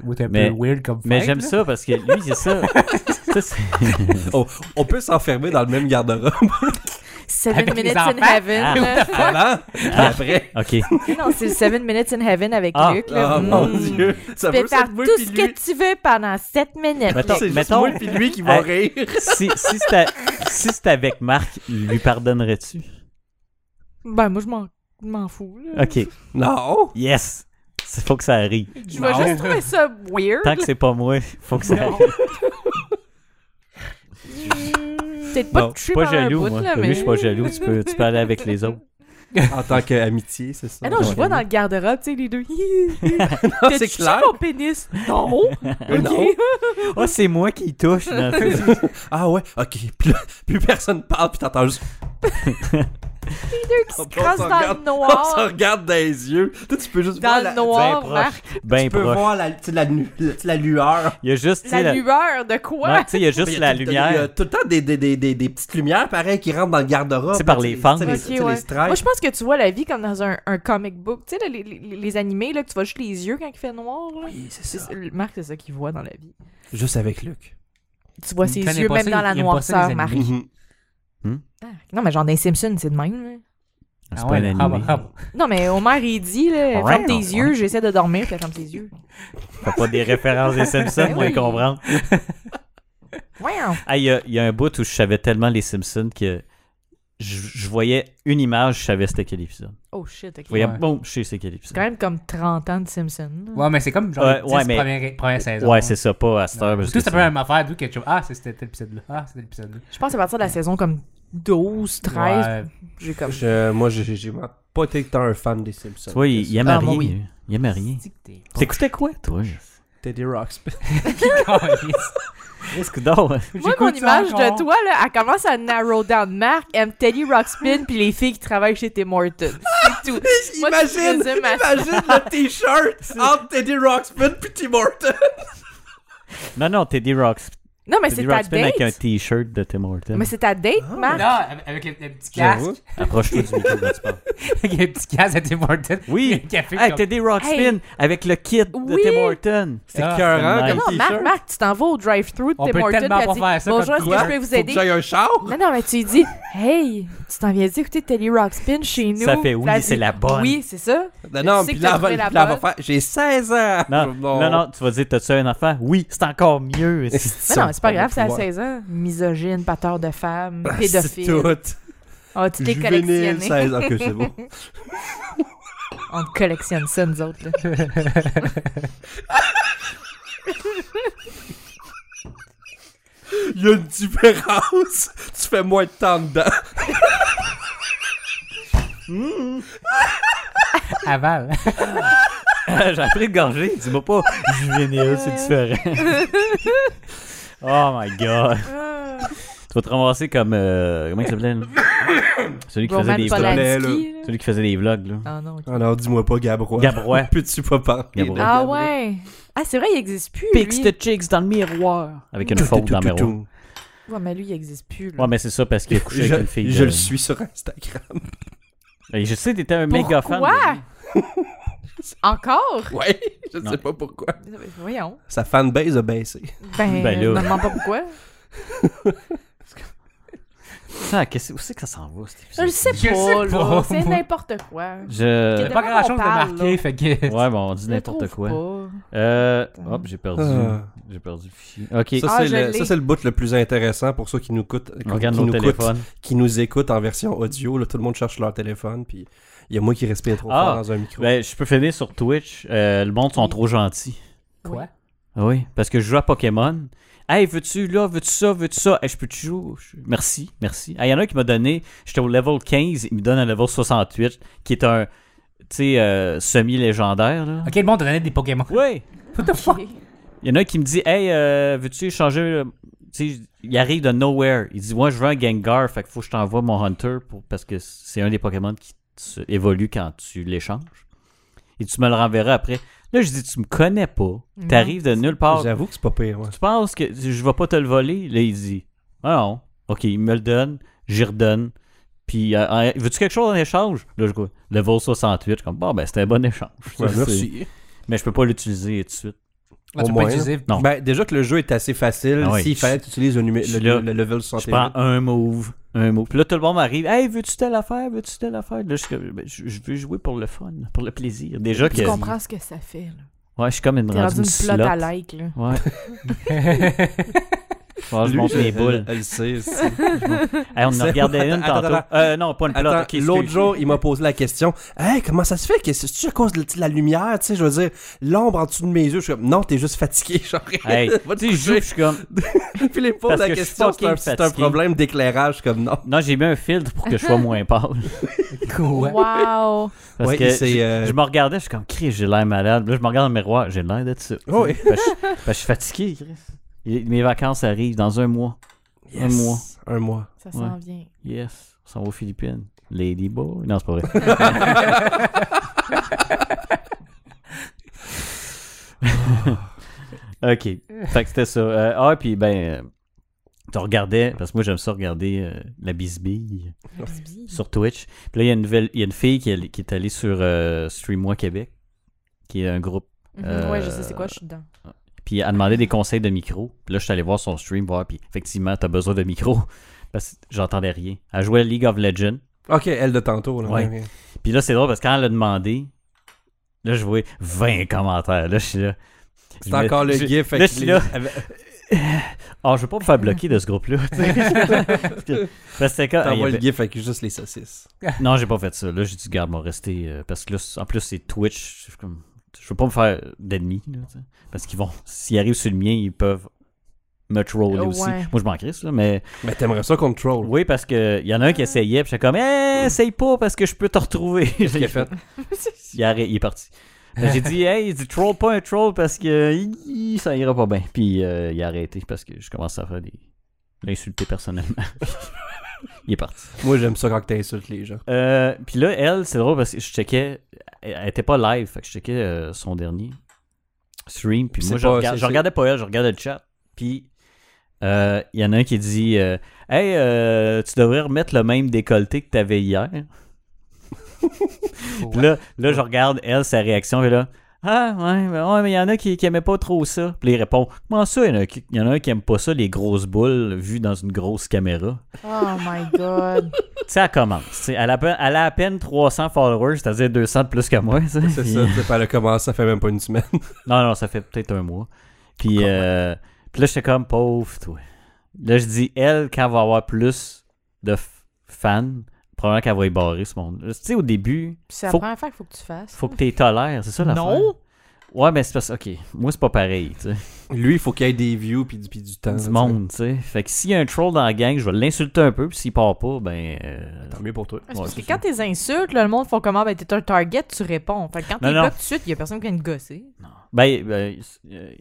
Ou t'es un Mais- peu weird comme Mais fête, j'aime là. ça parce que lui, c'est ça. ça c'est... On peut s'enfermer dans le même garde-robe 7 Avec les minutes in enfants? heaven. Ah. là. avant et après. Ok. non, c'est le 7 minutes in heaven avec Ah. Luc. Là. Oh Mm. mon dieu. Ça Tu veut peux faire faire tout ce que tu veux pendant 7 minutes. Mettons- Luc. C'est juste Mettons- moi puis lui qui vont rire. Si, si, c'était, si c'était avec Marc, lui pardonnerais-tu Ben, moi, je m'en- je m'en fous. là. Ok. Non. Yes. Il faut que ça arrive. Je vais juste trouver ça weird. Mm. Tant que c'est pas moi, faut que ça arrive. Peut-être pas Non, de toucher pas pendant un jaloux, bout, moi. là, T'as vu, mais... je suis pas jaloux. Tu peux, tu peux aller avec les autres. En tant qu'amitié, c'est ça. Ah non, je Ouais. vois dans le garde-robe, tu sais, les deux. T'as Non, Ah, c'est touché clair. mon pénis? Non. Non. Ok. Oh, c'est moi qui touche. Non, c'est- Ah ouais, ok. Puis là, plus personne parle, puis t'entends juste. Deux qui se On crossent se dans regarde. le On se noir. regarde dans les yeux. Toi, tu peux juste voir Dans la... le noir, proche. Marc. ben Tu peux proche. voir la, tu sais, la, nu- la- tu sais, la lueur. Il y a juste, tu sais, La la... lueur de Non, quoi? tu sais, il y a Il y juste a la tout- Il y a lumière. tout le temps des, des, des, des, des petites lumières, pareil, qui rentrent dans le garde-robe. C'est par Tu sais, les tu sais, fentes. les- Ok, tu sais, ouais. les stripes. Moi, je pense que tu vois la vie comme dans un, un comic book. Tu sais, là, les, les- les animés, là, que tu vois juste les yeux quand il fait noir. là. Oui, c'est C'est- ça. le- Marc, c'est ça qu'il voit dans la vie. Juste avec Luc. Tu vois Il ses connaît yeux pas même ça, dans il la aime pas ça, noirceur, les Marc. animés. Mhm. Ah, Non, mais genre dans les Simpsons, c'est de même. là. C'est Ah pas ouais, un ah animé. bon, ah bon. Non, mais Homer, il dit, là, Ouais, ferme tes ouais. yeux, j'essaie de dormir, puis elle ferme ses yeux. Faut pas des références des Simpsons, Ben moi, oui. comprendre. Wow! Ah, il y, a- il y a un bout où je savais tellement les Simpsons que je, je voyais une image, je savais c'était quel épisode. Oh shit, ok. Je voyais, Ouais. bon, je sais c'est quel C'est quand épisode. même comme 30 ans de Simpsons. là. Ouais, mais c'est comme genre Ouais, les 10 ouais, mais- premières, premières saisons. Ouais, c'est ça, pas à cette heure. parce Tout que ça peut c'est- même affaire, d'où quelque chose. Ah, c'est- c'était tel épisode-là. Ah, c'était l'épisode-là. Je pense à partir de la saison comme 12, 13, Ouais. j'ai comme... Je- moi, j'ai j'ai vraiment pas été tant un fan des Simpsons. Tu vois, il, il aimait Ah, rien. moi, oui. Il aimait rien. C'est que t'es- T'écoutais quoi, toi? Teddy Rocksmith. Calisse. Qu'est-ce que donc? Moi, mon J'écoute ça image encore. de toi, là, elle commence à narrow down. Marc aime Teddy Rockspin puis les filles qui travaillent chez Tim Hortons. C'est tout. Moi, tu Imagine, résumes à- imagine le t-shirt entre Teddy Rocksmith puis Tim Horton. Non, non, Teddy Rocks. Non, mais c'est Teddy ta Rockspin avec un date. t-shirt de Tim Horton. Mais c'est ta date, Marc. Ah. Non, avec le, le petit J'avoue. casque. Approche-toi du micro quand tu parles. Avec le petit casque à Tim Hortons. Oui. Il y a un café Hey, comme- Teddy Rockspin Hey. avec le kit Oui. de Tim Horton. C'est Ah, écœurant c'est nice. Non, comme Marc, t-shirt. Marc, tu t'en vas au drive-thru de On Tim peut Hortons. tellement puis elle pas dit, faire ça Bonjour, comme est-ce que Quoi? je peux vous Faut que aider? j'aille un char? Non, non, mais tu lui dis, hey, tu t'en viens d'écouter Teddy Rockspin chez nous. Ça fait oui, Puis elle c'est dit, la bonne. Oui, c'est ça. Non, non, sais puis que t'as là, trouvé elle la va- là, elle va bonne. faire « J'ai 16 ans! » Non, non, non, tu vas dire, t'as-tu un enfant? Oui, c'est encore mieux. esti. Mais non, mais c'est pas grave, c'est à 16 ans. Misogyne, pateur de femmes, pédophile. C'est tout. Ah, tu t'es Juvénile, collectionné. 16 ans. Ok, c'est bon. On te collectionne ça, nous autres. Là. Il y a une différence. Tu fais moins de temps dedans. Aval. J'ai appris de gorger. Dis-moi pas juvénile, c'est différent. oh my god. Ah. Tu vas te ramasser comme. euh, comment il s'appelait là? Celui qui faisait Roman des vlogs. Polanski. Polanski. là. Celui qui faisait des vlogs, là. Ah non. ok. Alors, dis-moi pas Gabrois. Gabrois. Peux-tu pas parler Gabrois. de Ah Gabrois? ouais. Ah, c'est vrai, il existe plus. Pix lui. the chicks dans le miroir. Avec une Tout, faute tout, dans le tout, miroir. tout. Ouais, mais lui, il existe plus. là. Ouais, mais c'est ça parce qu'il a couché Je, avec une fille. je de- le suis sur Instagram. Et je sais, t'étais un méga fan. Pourquoi? de lui. Encore? Ouais, je Non. sais pas pourquoi. Voyons. Sa fanbase a baissé. Ben, Ben là. je me demande pas pourquoi. Ça, qu'est-ce- où c'est que ça s'en va, cet Je épisode? le sais Je pas, sais là. pas, C'est moi. n'importe quoi. Je. De quoi Pas grand on chose de parle, marqué, fait que. Ouais, bon, on dit Je le n'importe trouve quoi. pas. Euh. Hop, j'ai perdu. Ah. J'ai perdu le fichier. Ok. Ça, Ah, c'est je le- l'ai. ça, c'est le bout le plus intéressant pour ceux qui nous, coûtent, qui, on regarde qui nos nous coûtent- téléphones. qui nous écoutent en version audio. Là, tout le monde cherche leur téléphone, puis il y a moi qui respire trop Ah. fort dans un micro. Ben, je peux finir sur Twitch. Euh, le monde sont trop gentils. Quoi? Ah Oui, parce que je joue à Pokémon. Hey, veux-tu là, veux-tu ça, veux-tu ça? Hey, je peux-tu jouer? Je- Merci, merci. Il y en a un qui m'a donné, j'étais au level 15, il me donne un level 68, qui est un, tu sais, euh, semi-légendaire, là. Ok, le monde donnait des Pokémon. Ouais! What the fuck? Il y en a un qui me dit Hey, euh, veux-tu changer euh, tu sais, Il arrive de nowhere. Il dit Moi, je veux un Gengar, fait que faut que je t'envoie mon Hunter pour... parce que c'est un des Pokémon qui se- évolue quand tu l'échanges. Et tu me le renverras après. Là, je dis Tu me connais pas. T'arrives de nulle part. J'avoue que c'est pas pire, ouais. Tu penses que je vais pas te le voler Là, il dit Ah non. Ok, il me le donne, j'y redonne. Puis, euh, euh, veux-tu quelque chose en échange Là, je go, level 68. Je suis comme Bon, ben, c'était un bon échange. Ouais, Ça, c'est- merci. Mais je peux pas l'utiliser tout de suite. Ah, tu Au peux moins. utiliser. Non. Ben, déjà que le jeu est assez facile, Ah ouais. s'il fallait que tu utilises le, numé- Je suis le, là. le level Je 68. prends un move, un move. Puis là, tout le monde m'arrive. Hey, veux-tu telle affaire? Veux-tu telle affaire? Là, je, suis comme, Ben, je- je veux jouer pour le fun, pour le plaisir. Déjà que. Tu comprends ce que ça fait, là. Ouais, je suis comme une T'es rendu rendue une une plot à slot. like, là. Ouais. Faut que je Lui, monte je- mes boules. Elle, elle sait. c'est- Hey, on en C'est- regardait une Attends, tantôt. attends. Euh, non, pas une plot. Attends, ok, excuse. l'autre jour, il m'a posé la question Hey, comment ça se fait que c'est à cause de de la lumière, tu sais, je veux dire, l'ombre en dessous de mes yeux, je suis comme non, t'es juste fatigué, genre. Hey, va te tu sais, je joue, coucher. je suis comme. Puis il me pose Parce la que je suis question, c'est un, fucking c'est un fatigué. problème d'éclairage, je suis comme non. Non, j'ai mis un filtre pour que je sois moins pâle. Quoi? Wow! Parce Ouais, que c'est, je, euh, je me regardais, je suis comme, Chris, j'ai l'air malade. Là, je me regarde dans le miroir, j'ai l'air d'être ça. Oui. Parce que je- parce que je suis fatigué, Chris. Et Mes vacances arrivent dans un mois. Un mois. Un mois. Ça Ouais. s'en vient. Yes, on s'en va aux Philippines. Ladyboy. Non, c'est pas vrai. ok. Fait que c'était ça. Euh, ah, puis ben, euh, tu regardais, parce que moi j'aime ça regarder euh, la bisbille La bisbille. sur Twitch. Puis là, il y a une nouvelle, il y a une fille qui, est allée- qui est allée sur euh, Stream Moi Québec, qui est un groupe. Mhm, Euh, Ouais, je sais c'est quoi, je suis dedans. Puis elle a demandé des conseils de micro. Puis là, je suis allé voir son stream, voir. Puis effectivement, t'as besoin de micro. Parce que j'entendais rien. Elle jouait à League of Legends. Ok, elle de tantôt. Là. Ouais. Ouais. Puis là, c'est drôle parce que quand elle a demandé, là, je vois 20 commentaires. Là, je suis là. C'est Je me- encore le je- gif. Là, avec je suis les- là. Ah, je veux pas me faire bloquer de ce groupe-là. tu sais. parce que parce que c'était quand. il y T'envoies le avait- gif avec juste les saucisses. Non, j'ai pas fait ça. Là, j'ai dit, garde, moi, rester. euh, parce que là, c- en plus, c'est Twitch. Je, suis comme- je veux pas me faire d'ennemis. là, tu sais. Parce qu'ils vont. S'ils arrivent sur le mien, ils peuvent me troller Euh, aussi. ouais. Moi, je m'en crisse, là, mais. Mais t'aimerais ça qu'on te troll. Oui, parce que il y en a un qui essayait, puis j'étais comme, Eh, essaye pas parce que je peux te retrouver. Qu'est-ce qu'elle a fait? il, arrête- il est parti. Mais J'ai dit, hey, il dit, troll pas un troll parce que hi, hi, ça ira pas bien. Puis euh, il a arrêté parce que je commence à faire des. l'insulter personnellement. il est parti. Moi, j'aime ça quand t'insultes les gens. Euh, puis là, elle, c'est drôle parce que je checkais. Elle, elle était pas live, fait que je checkais euh, son dernier stream. Puis C'est moi, je, pas- regarde- c'est- je regardais pas elle, je regardais le chat. Puis euh, il y en a un qui dit euh, Hey, euh, tu devrais remettre le même décolleté que t'avais hier. Puis là, là, je regarde elle, sa réaction, et là, ah, ouais, ben ouais, mais il y en a qui, qui aimaient pas trop ça. Puis là, il répond, comment ça, il y, en a qui- il y en a un qui aime pas ça, les grosses boules vues dans une grosse caméra. Oh my god. tu sais, elle commence. tu sais, elle, a, pe- elle a à peine 300 followers, c'est-à-dire 200 de plus que moi. tu sais. C'est Puis- ça, tu sais, puis elle a commencé, ça fait même pas une semaine. Non, non, ça fait peut-être un mois. Puis, euh, puis là, j'étais comme, pauvre, toi. Là, je dis, elle, quand elle va avoir plus de f- fans, probablement qu'elle va y barrer ce monde. Tu sais, au début, Puis c'est la Faut- première fois qu'il faut que tu fasses. faut que tu tolères, c'est ça la Non. Ouais, mais c'est parce OK, moi, c'est pas pareil, tu sais. Lui, il faut qu'il y ait des views puis du, puis du temps. du là, monde, tu sais. Fait que s'il y a un troll dans la gang, je vais l'insulter un peu, puis s'il part pas, ben. euh, tu sais. Tant mieux pour toi. Ah, c'est Ouais, parce que c'est quand t'es insultes, là, le monde font comment? Ben, t'es un target, tu réponds. Fait que quand Non, t'es non. bloqué tout de suite, il y a personne qui vient te gosser. Ben, ben, euh,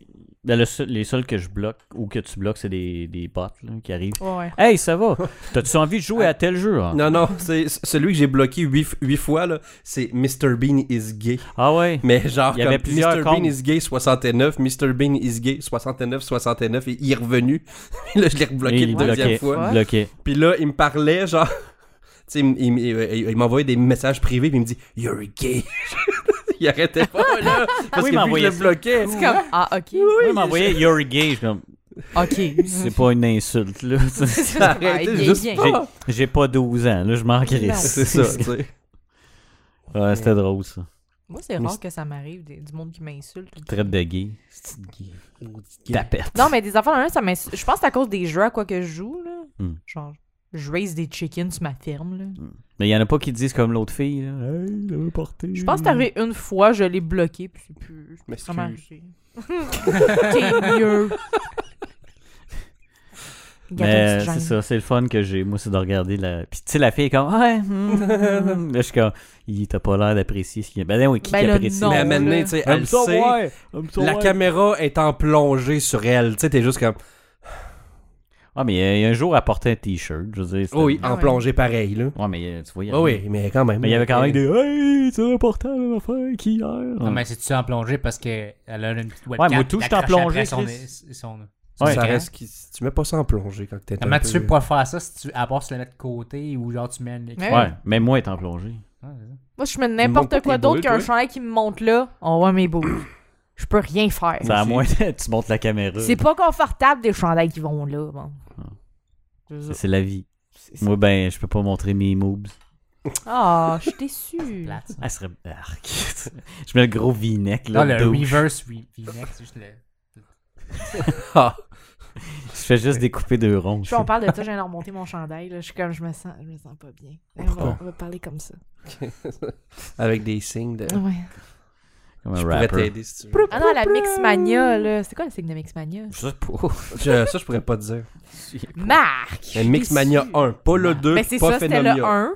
ben, le seul- les seuls que je bloque ou que tu bloques, c'est des, des bots là, qui arrivent. Ouais. Hey, ça va? T'as-tu envie de jouer à tel jeu? hein? Non, non, c'est c'est- celui que j'ai bloqué huit, huit fois, là, c'est Mr. Bean is gay. Ah ouais? Mais genre, Il y avait comme plusieurs Mr. comptes. Bean is gay 69, Mr. Bean is gay 69, 69, et il est revenu. là, je l'ai Et rebloqué il une est deuxième bloqué. fois. Ouais. Bloqué. Puis là, il me parlait, genre. Tu sais, il, il- il- il m'envoyait des messages privés, puis il me dit You're gay. il arrêtait pas, là. Oui, il Parce que vu que je m'envoyait le ça. bloquais. C'est comme, ah, ok. Moi, il m'envoyait You're gay. je suis comme, Ok. C'est pas une insulte, là. Arrêtez, il est juste bien. J'ai- J'ai pas 12 ans, là, je m'en crisse. Non. C'est ça, tu sais. Ouais, c'était drôle, ça. Moi, c'est rare que ça m'arrive, des- du monde qui m'insulte. Traite de gay. C'est une gay. Tapette. Non, mais des enfants, là, ça m'insulte. Je pense que c'est à cause des jeux à quoi que je joue, là. Hmm. Genre, je raise des chickens sur ma ferme, là. Mais il y en a pas qui disent comme l'autre fille, là. Hey, il avait porté. Je pense que c'est arrivé une fois, je l'ai bloqué, puis c'est plus. Mais c'est plus vraiment arrivé. T'es mieux. Gâteau Mais qui se c'est gêne. ça, c'est le fun que j'ai, moi, c'est de regarder la. Puis, tu sais, la fille est comme, ouais, hum, hum, hum. Là, je suis comme, il t'a pas l'air d'apprécier ce qu'il y a. Ben, non, oui, qui Ben qui là, apprécie non. Mais la- à un moment donné, là. tu sais, elle le sait. La caméra est en plongée sur elle. Tu sais, t'es juste comme. Ah, mais euh, il y a un jour, elle portait un t-shirt. Je veux dire, c'était- Oh oui, Ah en ouais. plongée pareil, là. Ouais, mais euh, tu vois, il y a- Oh oui, mais quand même. Mais il y avait quand même des Hey, c'est important, la affaire, qui hier. Ah, Non, mais c'est-tu en plongée parce qu'elle a une petite webcam. Ouais, moi, tout, la je suis en crache après plongée, Son, Chris. son, son- son Ça écran. reste qui- Tu mets pas ça en plongée quand t'es. un Comment tu peu- veux pas faire ça si tu, à part se le mettre de côté ou genre tu mets une Ouais. Ouais, même moi étant plongé. Moi, je mets montes n'importe quoi tes boules, d'autre qu'un toi? chandail qui me monte là. On voit mes boules. Je peux rien faire. Ça à aussi. moins tu montes la Euh. caméra. C'est pas confortable des chandails qui vont là. Bon. Ah. C'est ça. C'est la vie. C'est ça. Moi, ben, je peux pas montrer mes moves. Ah, je suis déçue. plate. ça. Ah, Elle serait. Arc. je mets le gros v-neck, là. Non, Ah, le douche. reverse re- V-neck, c'est juste le. Ah, Je fais juste découper deux ronds. Puis on parle de ça, je viens de remonter mon chandail. Là. Je suis comme, je me sens, je me sens pas bien. On va- Pourquoi? On va parler comme ça. Avec des signes de. Ouais. Comme un Je pourrais rapper. t'aider si tu veux. Ah non, la Mixmania, là. C'est quoi le signe de Mixmania? Je sais pas. Je- ça, je pourrais pas te dire. Marc! je Mais suis Mixmania déçue. 1, pas le 2, Ben c'est pas ça, c'était le Phénomia. 1.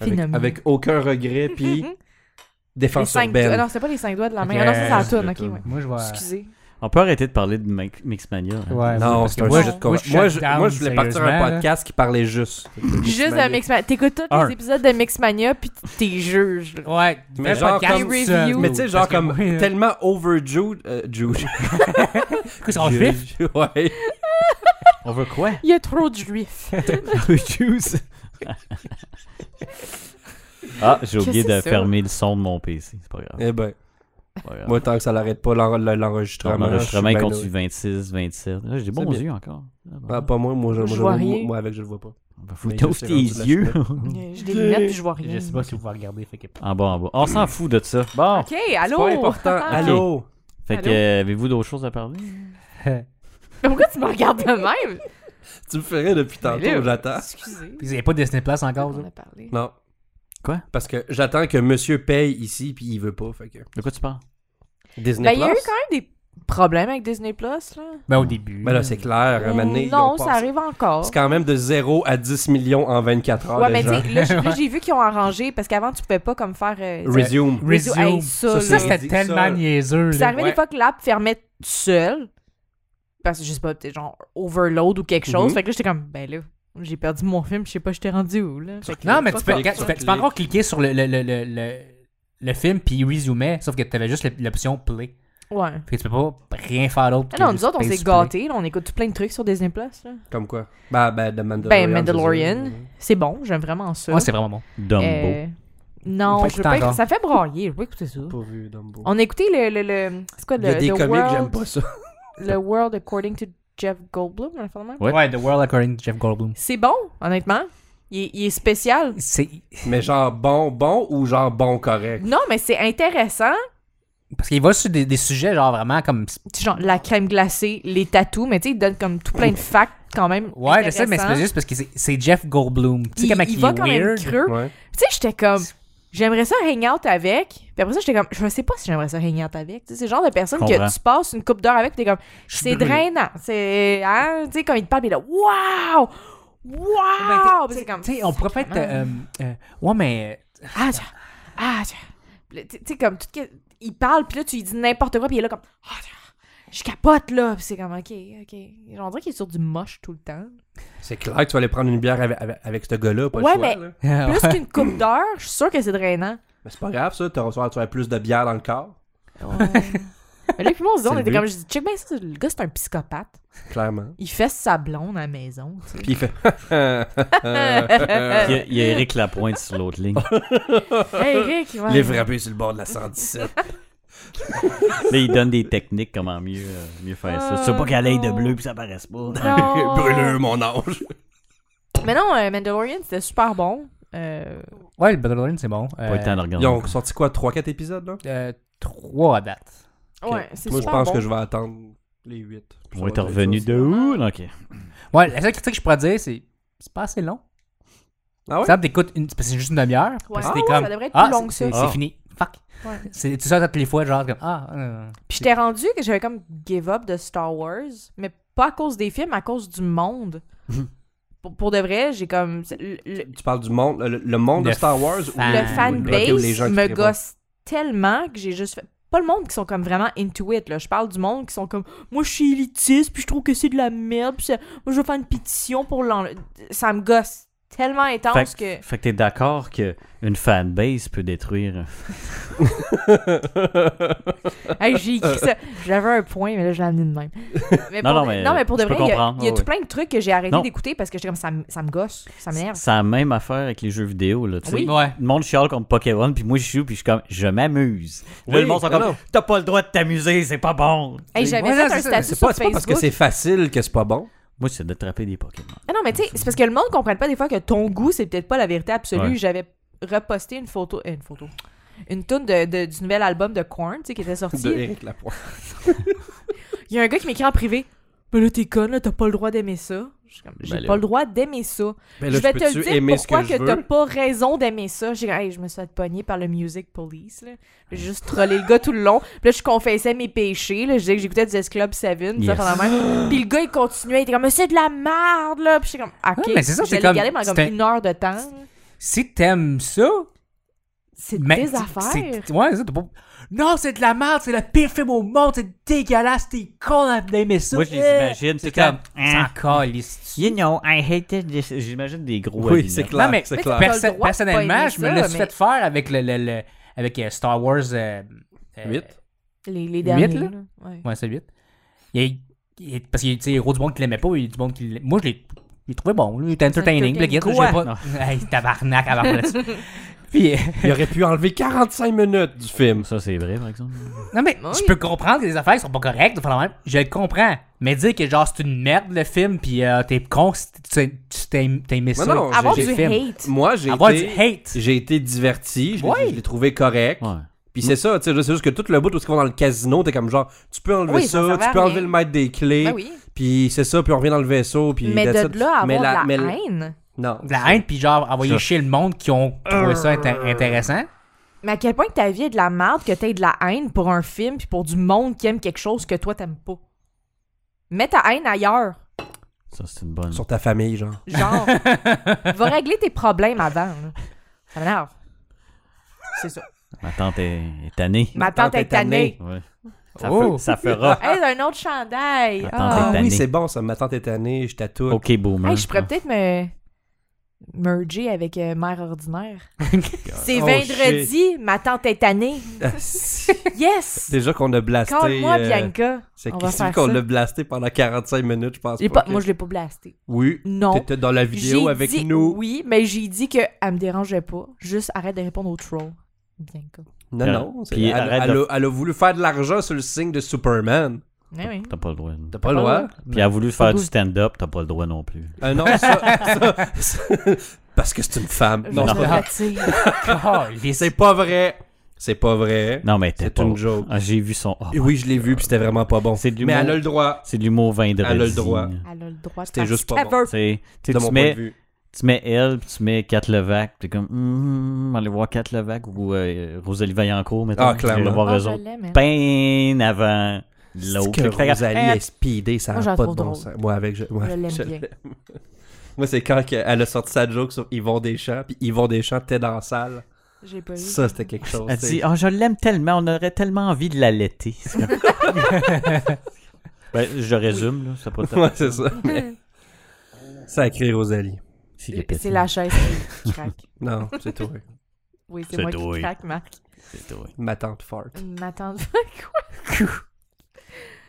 Avec, Phénomène. avec aucun regret, Mm-hmm. puis Ben. les défense cinq doigts. Ah urbaine. Non, c'est pas les 5 doigts de la main. Ok, Ah non, ça, ça euh, tourne. je- Ok, ouais. Moi, je vois. Excusez. On peut arrêter de parler de Mike- Mixmania. hein. Ouais, Non, parce c'est que un moi, jeu de je- combat. je Moi, shut je, down, moi, je voulais partir un sérieusement, là. podcast qui parlait juste. Juste de Mixmania. T'écoutes tous Un. les épisodes de Mixmania, puis t'es juge. là. Ouais, Mais mais genre genre comme- Review. Mais tu sais, genre comme Tellement. tellement overjude. Euh, jude. Qu'est-ce qu'on Jude. fait? Ouais. On veut quoi? Il y a trop de juifs. juice. ah, j'ai oublié Qu'est-ce que de c'est ça? fermer le son de mon PC. C'est pas grave. Eh ben, c'est pas grave. moi, tant que ça l'arrête pas, l'en- le- l'enregistrement. L'enregistrement je il suis ben continue 26, 27. Là, j'ai des C'est bons bien. yeux encore. Ah, là. Ah, bon. pas moi, moi, je, Je moi, je- vois moi- rien. moi, avec, je le vois pas. Ben, Faut Mais t'ouvres je sais, tes rendu la yeux. Mm. J'ai des lunettes, puis je vois rien. Je sais pas si vous pouvez regarder. Fait que... en bas, en bas. ah, On s'en fout de ça. Bon. Ok, allô? Pas important. Allô? Fait que, Allô? euh, avez-vous d'autres choses à parler? Mais pourquoi tu me regardes de même? Tu me ferais depuis tantôt, là, j'attends. Excusez. Puis il n'y a pas de Disney Plus encore. On là. a parlé. Non. Quoi? Parce que j'attends que monsieur paye ici, puis il veut pas. Fait que. De quoi tu parles? Disney Ben, il Plus. y a eu quand même des problèmes avec Disney Plus, là. Ben, au début. Mais là, c'est clair. à un moment donné, ils ont non, ça passé- arrive encore. C'est quand même de 0 à 10 millions en 24 heures. ouais, les mais tu gens. sais, là, j'ai- là, j'ai vu qu'ils ont arrangé parce qu'avant, tu pouvais pas comme faire. euh, Resume. réseau- hey, Resume. ça, Ça, là. c'était Dis- tellement ça. niaiseux. Puis ça là. arrivait Ouais. des fois que l'app fermait tout seul. Parce que je sais pas, peut-être genre overload ou quelque chose. Mhm. Fait que là, j'étais comme, ben là, j'ai perdu mon film, je sais pas, j'étais rendu où, là. Fait que- Non, mais tu Sur peux, clic, regarde, tu sur peux- tu peux clic. encore cliquer sur le, le, le, le, le, le film puis resumait, sauf que tu avais juste l'op- l'option play. Ouais. Fait que tu peux pas rien faire d'autre. Ah que non, nous juste autres, on payer s'est sur play. gâtés, là, on écoute tout plein de trucs sur Disney Plus, là. Comme quoi? Ben, ben, The Mandalorian. Ben, Mandalorian, c'est ça. c'est bon, j'aime vraiment ça. Ouais, c'est vraiment bon. Dumbo. Euh, Non, Fait je que veux pas. t'en rends. Ça fait brailler, je veux pas écouter ça. Pas vu Dumbo. On a écouté le. le, le c'est quoi Il le. y a des the comics, world, j'aime pas ça. Le World According to Jeff Goldblum, un affaire de même. Ouais. Ouais, The World According to Jeff Goldblum. C'est bon, honnêtement. Il, est- il est spécial. C'est. Mais genre bon, bon ou genre bon correct? Non, mais c'est intéressant. Parce qu'il va sur des, des sujets, genre vraiment comme. Tu sais, Genre la crème glacée, les tatous, mais tu sais, il donne comme tout plein de facts quand même. Ouais, je sais, mais c'est intéressants. juste parce que c'est- c'est Jeff Goldblum. Tu sais, Il, comment il il va est quand même weird. creux. Ouais. Tu sais, j'étais comme. J'aimerais ça hang out avec. Puis après ça, j'étais comme. Je sais pas si j'aimerais ça hang out avec. Tu sais, C'est le genre de personne Comprends. que tu passes une coupe d'heure avec, puis t'es comme. C'est drainant. C'est. Hein? Tu sais, comme il te parle, puis là, waouh! Waouh! Puis c'est Ben, comme. Ah, Tu sais, on pourrait peut-être. euh, euh, ouais, mais. Ah, tiens. Ah, tiens. Puis là, Tu tu sais, comme. Tout... que- Il parle, puis là, tu lui dis n'importe quoi, puis il est là, comme. Ah, tiens. Je capote, là. Puis c'est comme, OK, OK. On dirait qu'il est sur du moche tout le temps. C'est clair que tu vas aller prendre une bière avec, avec, avec ce gars-là, pas Ouais, le choix. mais- là. Ah Euh, Plus qu'une coupe d'heure, je suis sûre que c'est drainant. Mais c'est pas grave ça, t'auras- tu vas avoir plus de bière dans le corps. Mais là, puis moi, on se dit, on C'est était le comme. Je dis, check bien ça, le gars, c'est un psychopathe. Clairement. Il fait sa blonde à la maison. tu sais. Puis il fait. Il y a- il y a Eric Lapointe sur l'autre ligne. Hey, Eric, ouais. Il est frappé sur le bord de la 117. Là, il donne des techniques comment mieux, euh, mieux faire ça. Tu veux pas qu'elle aille de non. bleu puis ça paraisse pas. Euh, Non. Brûleux, mon ange. Mais non, euh, Mandalorian, c'était super bon. Euh, Ouais, le Mandalorian, c'est bon. Pas le temps de Ils regarder. ont sorti quoi, 3-4 épisodes là? Euh, trois à date. Ouais, c'est super Moi, je pense bon. que je vais attendre les 8. On va être revenu de où? là? Ok. Ouais, la seule critique que je pourrais dire, c'est. C'est pas assez long. Ah ouais? Ah Ça, t'écoutes une. parce que C'est juste une demi-heure. Ouais. Parce que t'es Ah ouais, comme. ça devrait être ah, plus long c'est- que C'est ça. c'est fini. Fuck. Ouais. C'est tu sors toutes les fois, genre, comme, ah, euh, Puis j'étais rendu que j'avais comme give up de Star Wars, mais pas à cause des films, à cause du monde. Mhm. pour, pour de vrai, j'ai comme. c'est- Le, le- Tu parles du monde, le, le monde de Le Star Wars ou fan- le Ah, fanbase ou les gens qui me trippent. gosse tellement que j'ai juste fait. Pas le monde qui sont comme vraiment into it, là. Je parle du monde qui sont comme. Moi, je suis élitiste, puis je trouve que c'est de la merde, puis ça- moi, je vais faire une pétition pour l'en. Ça me gosse tellement intense que. Fait que t'es d'accord qu'une fanbase peut détruire. euh, Hey, j'ai écrit ça. J'avais un point, mais là, je l'ai amené de même. Mais Non, pour non, de- mais pour de je peux vrai, il y a, comprendre. Ah il y a Ouais, tout ouais. plein de trucs que j'ai arrêté Non. d'écouter parce que j'étais comme ça, me- ça me gosse, ça m'énerve. C'est la même affaire avec les jeux vidéo, là. tu sais. oui. ouais. Le monde chiale comme Pokémon, puis moi je joue, puis je suis comme, je m'amuse. Là, Oui, le monde sont non, comme, non. t'as pas le droit de t'amuser, c'est pas bon. Hey, c'est- j'avais ouais, fait c'est un ça, statut c'est C'est pas, sur c'est pas parce que Facebook. c'est facile que c'est pas bon. Moi, c'est d'attraper des Pokémon. Ah non, mais tu sais, c'est parce que le monde comprenne pas des fois que ton goût, c'est peut-être pas la vérité absolue. Ouais. J'avais reposté une photo, euh, une photo, une tune de, de- du nouvel album de Korn, tu sais, qui était sorti. De Eric Lapointe. Il y a un gars qui m'écrit en privé. Ben là, t'es conne, là, t'as pas le droit d'aimer ça. Je suis comme, J'ai Ben là. pas le droit d'aimer ça. Ben je là, vais te peux-tu le aimer dire ce pourquoi je que, veux? t'as pas raison d'aimer ça. J'ai hey, je me suis fait pogner par le Music Police. là. J'ai juste trollé le gars tout le long. Puis là, je confessais mes péchés. Là. Je disais que j'écoutais du S Club Seven. tout ça, Yes. pendant même. Puis le gars, il continuait. Il était comme, Mais c'est de la merde, là. Puis j'étais comme, ok. Ouais, mais c'est ça, Je c'est l'ai comme- regardé pendant comme c'est un- une heure de temps. si t'aimes ça, C'est mais- des c'est- affaires. c'est- Ouais, c'est ça, t'as pas. Non, c'est de la merde, c'est le pire film au monde, c'est dégueulasse, t'es con à- d'aimer ça. Moi, je les Euh, imagine, C'est c'est comme, comme, ça hein, encore, les you know, I hated this. J'imagine des gros Oui, habits, c'est là. clair. Non, mais- c'est mais clair. t'as pas le Perso- droit de pas personnellement, aimer je me ça, l'ai mais- fait faire avec le, le- le- avec euh, Star Wars euh, euh, Huit? Les, les derniers. là? là. Ouais. Ouais, c'est 8. Il y a, il y a- parce qu'il y a tu sais, il y a gros du monde qui l'aimait pas, il y a du monde qui l'aimait. Moi, je l'ai je l'ai trouvé bon. là, Il était entertaining. Puis le guide, Quoi? j'ai pas. Hey, tabarnak, tabarnak. Puis, euh, Il aurait pu enlever 45 minutes du film. Ça, c'est vrai, par exemple. non, mais Oui. je peux comprendre que les affaires qui sont pas correctes. enfin, la même, je le comprends. Mais dire que genre, c'est une merde le film, puis euh, t'es con, si tu- tu tu t'aimes- t'as aimé Mais ça. non, Avoir j'ai du le film. hate. Moi, j'ai Avoir été, du hate. j'ai été diverti. Je l'ai- Ouais. je l'ai trouvé correct. Ouais. Puis Mm. c'est ça, tu sais, là, c'est juste que tout le bout où ils vont dans le casino, t'es comme genre, tu peux enlever Oui, ça ça, servait tu à peux rien. enlever le maître des clés, Ben oui. puis c'est ça, puis on revient dans le vaisseau, puis Mais that's de it. là, à Mais avoir de mais la haine. Non. De la haine, puis genre, envoyer Ça. chez le monde qui ont trouvé ça intér- intéressant. Mais à quel point que ta vie est de la merde, que t'aies de la haine pour un film puis pour du monde qui aime quelque chose que toi t'aimes pas. Mets ta haine ailleurs. Ça, c'est une bonne. Sur ta famille, genre. Genre, va régler tes problèmes avant. là. Ça m'énerve. C'est ça. Ma tante est, est tannée. Ma tante est tannée. Ouais. Ça, Oh. fe- ça fera. Hey, un autre chandail. Ma tante est Ah. Oh. tannée. oui, c'est bon, ça, ma tante est tannée, je tatoue. OK, boomer. Hey, je pourrais peut-être me merger avec euh, Mère Ordinaire. C'est Oh, vendredi, ma tante est tannée. Yes! Déjà qu'on a blasté. Calme-moi, euh, Bianca. C'est On qui va c'est faire qu'on ça. l'a blasté pendant 45 minutes, je pense. J'ai pas Pas, que- moi, je l'ai pas blasté. Oui. Non. T'étais dans la vidéo J'ai avec dit nous. Oui, mais j'ai dit qu'elle me dérangeait pas. Juste arrête de répondre aux trolls. Bien que. Non, Euh, non. c'est- puis elle, arrête elle de- a, elle a voulu faire de l'argent sur le signe de Superman. Oui, oui. T'as pas le droit. T'as pas le droit? Puis elle a voulu faire du Oui. stand-up, t'as pas le droit non plus. Euh, non, ça, ça- ça- Parce que c'est une femme. Non, c'est pas vrai. Calisse. C'est pas vrai. C'est pas vrai. Non, mais t'es C'est pas. une joke. Ah, J'ai vu son. oh, Et Oui, je l'ai vu, puis c'était vraiment pas bon. C'est de Mais l'humour. elle a le droit. c'est de l'humour vendredi. Elle a le droit. Tu Elle a le droit de C'était faire juste ce qu'elle pas bon. veut. sais, tu De sais, mon tu point de mets, vue. tu mets elle, puis tu mets Kat Levac, puis t'es comme, hum, hum, allez voir Kat Levac ou euh, Rosalie Vaillancourt, maintenant. Ah, clairement. voir Ah, eux je autres. l'aime, elle. Ben avant l'autre. C'est Fait que que t'as- Rosalie est speedée, ça Moi, n'a j'en pas de trouve bon drôle. sens. Moi, avec... Je, ouais, Je l'aime je- bien. Moi, c'est quand que- elle a sorti sa joke sur Yvon Deschamps, puis Yvon Deschamps t'es dans la salle. J'ai pas eu. Ça, c'était quelque chose. Elle tu sais. dit, oh, je l'aime tellement, on aurait tellement envie de l'allaiter. C'est comme- ben, je résume, là, ça peut être... Ouais, c'est ça. Mais... Sacré Rosalie. S'il est C'est petit. la chaise qui craque. Non, c'est toi. Oui, c'est C'est moi toi. qui craque, Marc. C'est toi. Ma tante fart. Ma tante.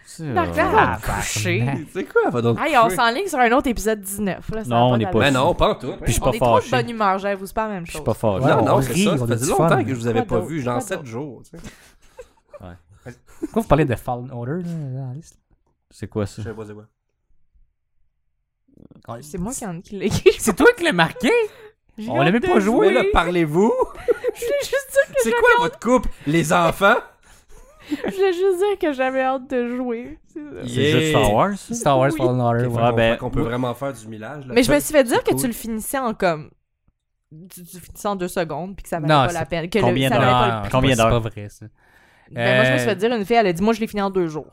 C'est- Marc, va Ah, te coucher. C'est quoi, va donc Hey, on coucher? s'enligne sur un autre épisode 19. Là, ça Non, a on est d'allure. pas- Ben non, pas en tout. Puis je suis On pas est trop de fâché. bonne humeur, j'avoue, c'est pas la même Je suis chose. pas fâché. Ouais, Non, on non, c'est rit, ça. on Ça a faisait du longtemps fun. que je vous avais Quoi pas d'autre? vu, genre Quoi 7 d'autre? jours. tu sais. Pourquoi vous parlez de Fallen Order là, dans la liste? C'est quoi ça? Je sais pas, c'est quoi. C'est moi qui en qui l'ai écrit. C'est toi qui l'as marqué! J'ai On l'a hâte même de pas joué, jouer. Mais là, parlez-vous. Je voulais juste dire que C'est quoi votre couple? Les enfants? je voulais juste dire que j'avais hâte de jouer. C'est ça. C'est juste Star Wars? ça? Star Wars Oui. Fallen Order, Ok, ouais. fait qu'on- ben, fait qu'on peut vraiment faire du millage. là. Mais je me suis fait dire que cool. tu le finissais en comme tu, tu finis ça en deux secondes puis que ça valait Non, pas la c'est- peine. Que le- Combien ça d'heures? valait pas le- non, Combien c'est pas- d'heures? C'est pas vrai, ça. Ben, Moi, je me suis Euh, fait dire une fille, elle a dit Moi, je l'ai fini en deux jours.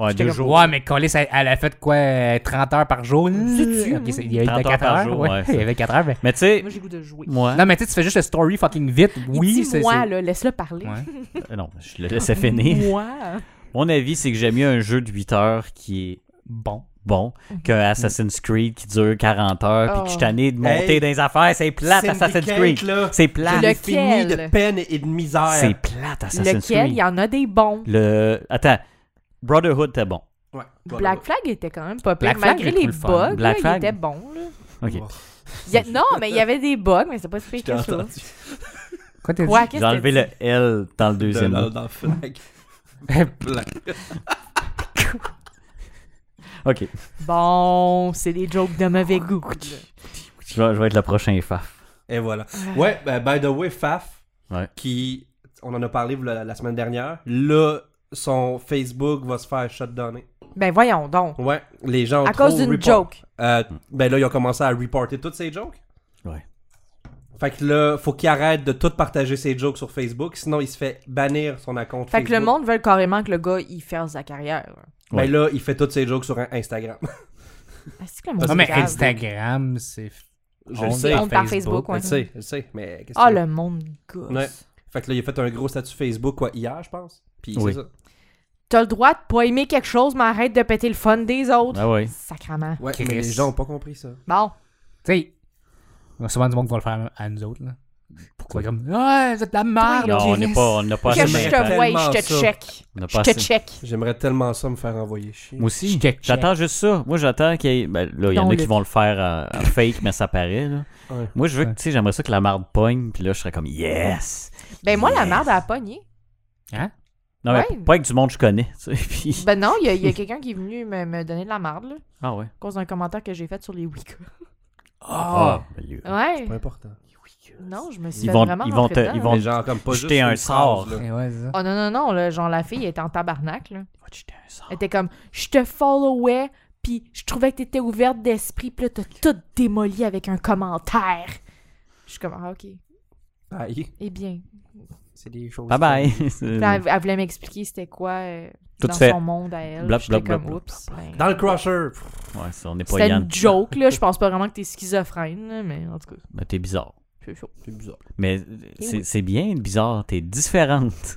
Ouais, J'étais deux comme- jours. Ouais, mais Colis, elle, elle a fait quoi, euh, 30 heures par jour? C'est-tu, Ok, hein? c'est- il y avait 30 4 heures heures. par jour, ouais, ouais, il y ça. avait 4 heures. Mais... Mais tu sais, Moi, j'ai le goût de jouer. moi, Non, mais tu sais, tu fais juste le story fucking vite. Oui, c'est. moi, c'est- là, laisse-le parler. Ouais. euh, non, je le laissais finir. Moi. Mon avis, c'est que j'aime mieux un jeu de 8 heures qui est Bon. bon Mhm. qu'un Assassin's Creed qui dure 40 heures puis que je suis Oh. tanné de monter Hey. dans les affaires. C'est plate, Assassin's Creed. là. C'est plate. Le- C'est fini Lequel? de peine et de misère. C'est plate, Assassin's Lequel, il Creed. y en a des bons. Le... Attends, Brotherhood, t'es bon. Ouais. Black Flag était quand même pas pire. Black Flag, Malgré j'ai les trouvé le fun. bugs, Black là, il Flag. était bon. là. OK. Bon, Il y a- Non, mais il y avait des bugs, mais c'est pas si pire Je t'ai que ça. entendu. Quoi, t'as dit? Quoi, J'ai qu'est-ce que enlevé t'as le L dans le De deuxième. là, mot. dans le flag. Black. OK. dit? Bon, c'est des jokes de mauvais goût. là. Je vais, je vais être le prochain faf. Et voilà. Ouais, ben, by the way, Faf, Ouais. qui, on en a parlé la, la semaine dernière, là, son Facebook va se faire shutdowner. Ben voyons donc. Ouais, les gens ont À trop cause d'une report- joke. Euh, ben là, ils ont commencé à reporter toutes ces jokes. Hmm. Ouais. Fait que là, faut qu'il arrête de tout partager ses jokes sur Facebook, sinon il se fait bannir son compte Fait Facebook. que le monde veut carrément que le gars, il fasse sa carrière. là. Ben Ouais. là, il fait toutes ses jokes sur Instagram. Ah, C'est que le monde Non, mais cave. Instagram, c'est. je le On sais. est honte par Facebook, Je ouais. le sais, je le sais, mais qu'est-ce Ah, que- le monde gosse. Ouais. Fait que là, il a fait un gros statut Facebook, quoi, hier, je pense. Puis Oui. c'est ça. T'as le droit de pas aimer quelque chose, mais arrête de péter le fun des autres. Ah oui. Sacrement. Ouais, Chris. mais les gens ont pas compris ça. Bon. Tu sais, il y a souvent du monde qui va le faire à nous autres. Là. Pourquoi comme. Ouais, vous êtes de la merde. Non, on Chris. n'est pas, on n'a pas que assez. je j'aimerais te vois, tellement je te ça. check. on n'a pas Je te assez- check. J'aimerais tellement ça me faire envoyer chier. Moi aussi. Je check, check. J'attends juste ça. Moi, j'attends qu'il y ait. Ben, là, il y en Non, a le- qui vont le faire à, à fake, mais ça paraît. Là. Ouais. Moi, je veux que, Ouais. tu sais, j'aimerais ça que la marde pogne, puis là, je serais comme yes. Ben moi, la Yes. merde, elle a pogné. Non, mais Ouais. pas avec du monde que je connais. tu sais, puis- Ben non, il y a, il y a quelqu'un qui est venu me, me donner de la merde, là, à Ah ouais. cause d'un commentaire que j'ai fait sur les Wicca. Ah, Ah! ben, lui. Oh. Ouais. Pas important. Non, je me suis Ils fait vont- vraiment ils vont rentrer te- dedans, ils là. vont- hein. les gens comme pas jeter juste un une sort, phrase, là. Eh ouais, c'est ça. Oh non, non, non, là, genre la fille elle était en tabarnak, là. Va te jeter un sort. Elle était comme, je te followais, puis je trouvais que t'étais ouverte d'esprit, puis là, t'as tout démoli avec un commentaire. Je suis comme, ah, ok. Aïe, Eh bien. c'est des choses. Bye bye. Puis là, elle, elle voulait m'expliquer c'était quoi euh, Tout dans fait. son monde à elle. Blap, J'étais blap, blap, comme, blap, oups. ben, Dans le crusher. Pff, Ouais, ça, on n'est pas C'était Yann. une joke, là. Je pense pas vraiment que t'es schizophrène, là, mais en tout cas, Mais t'es bizarre. c'est chaud. C'est bizarre. Mais Eh c'est c'est bien bizarre. T'es différente.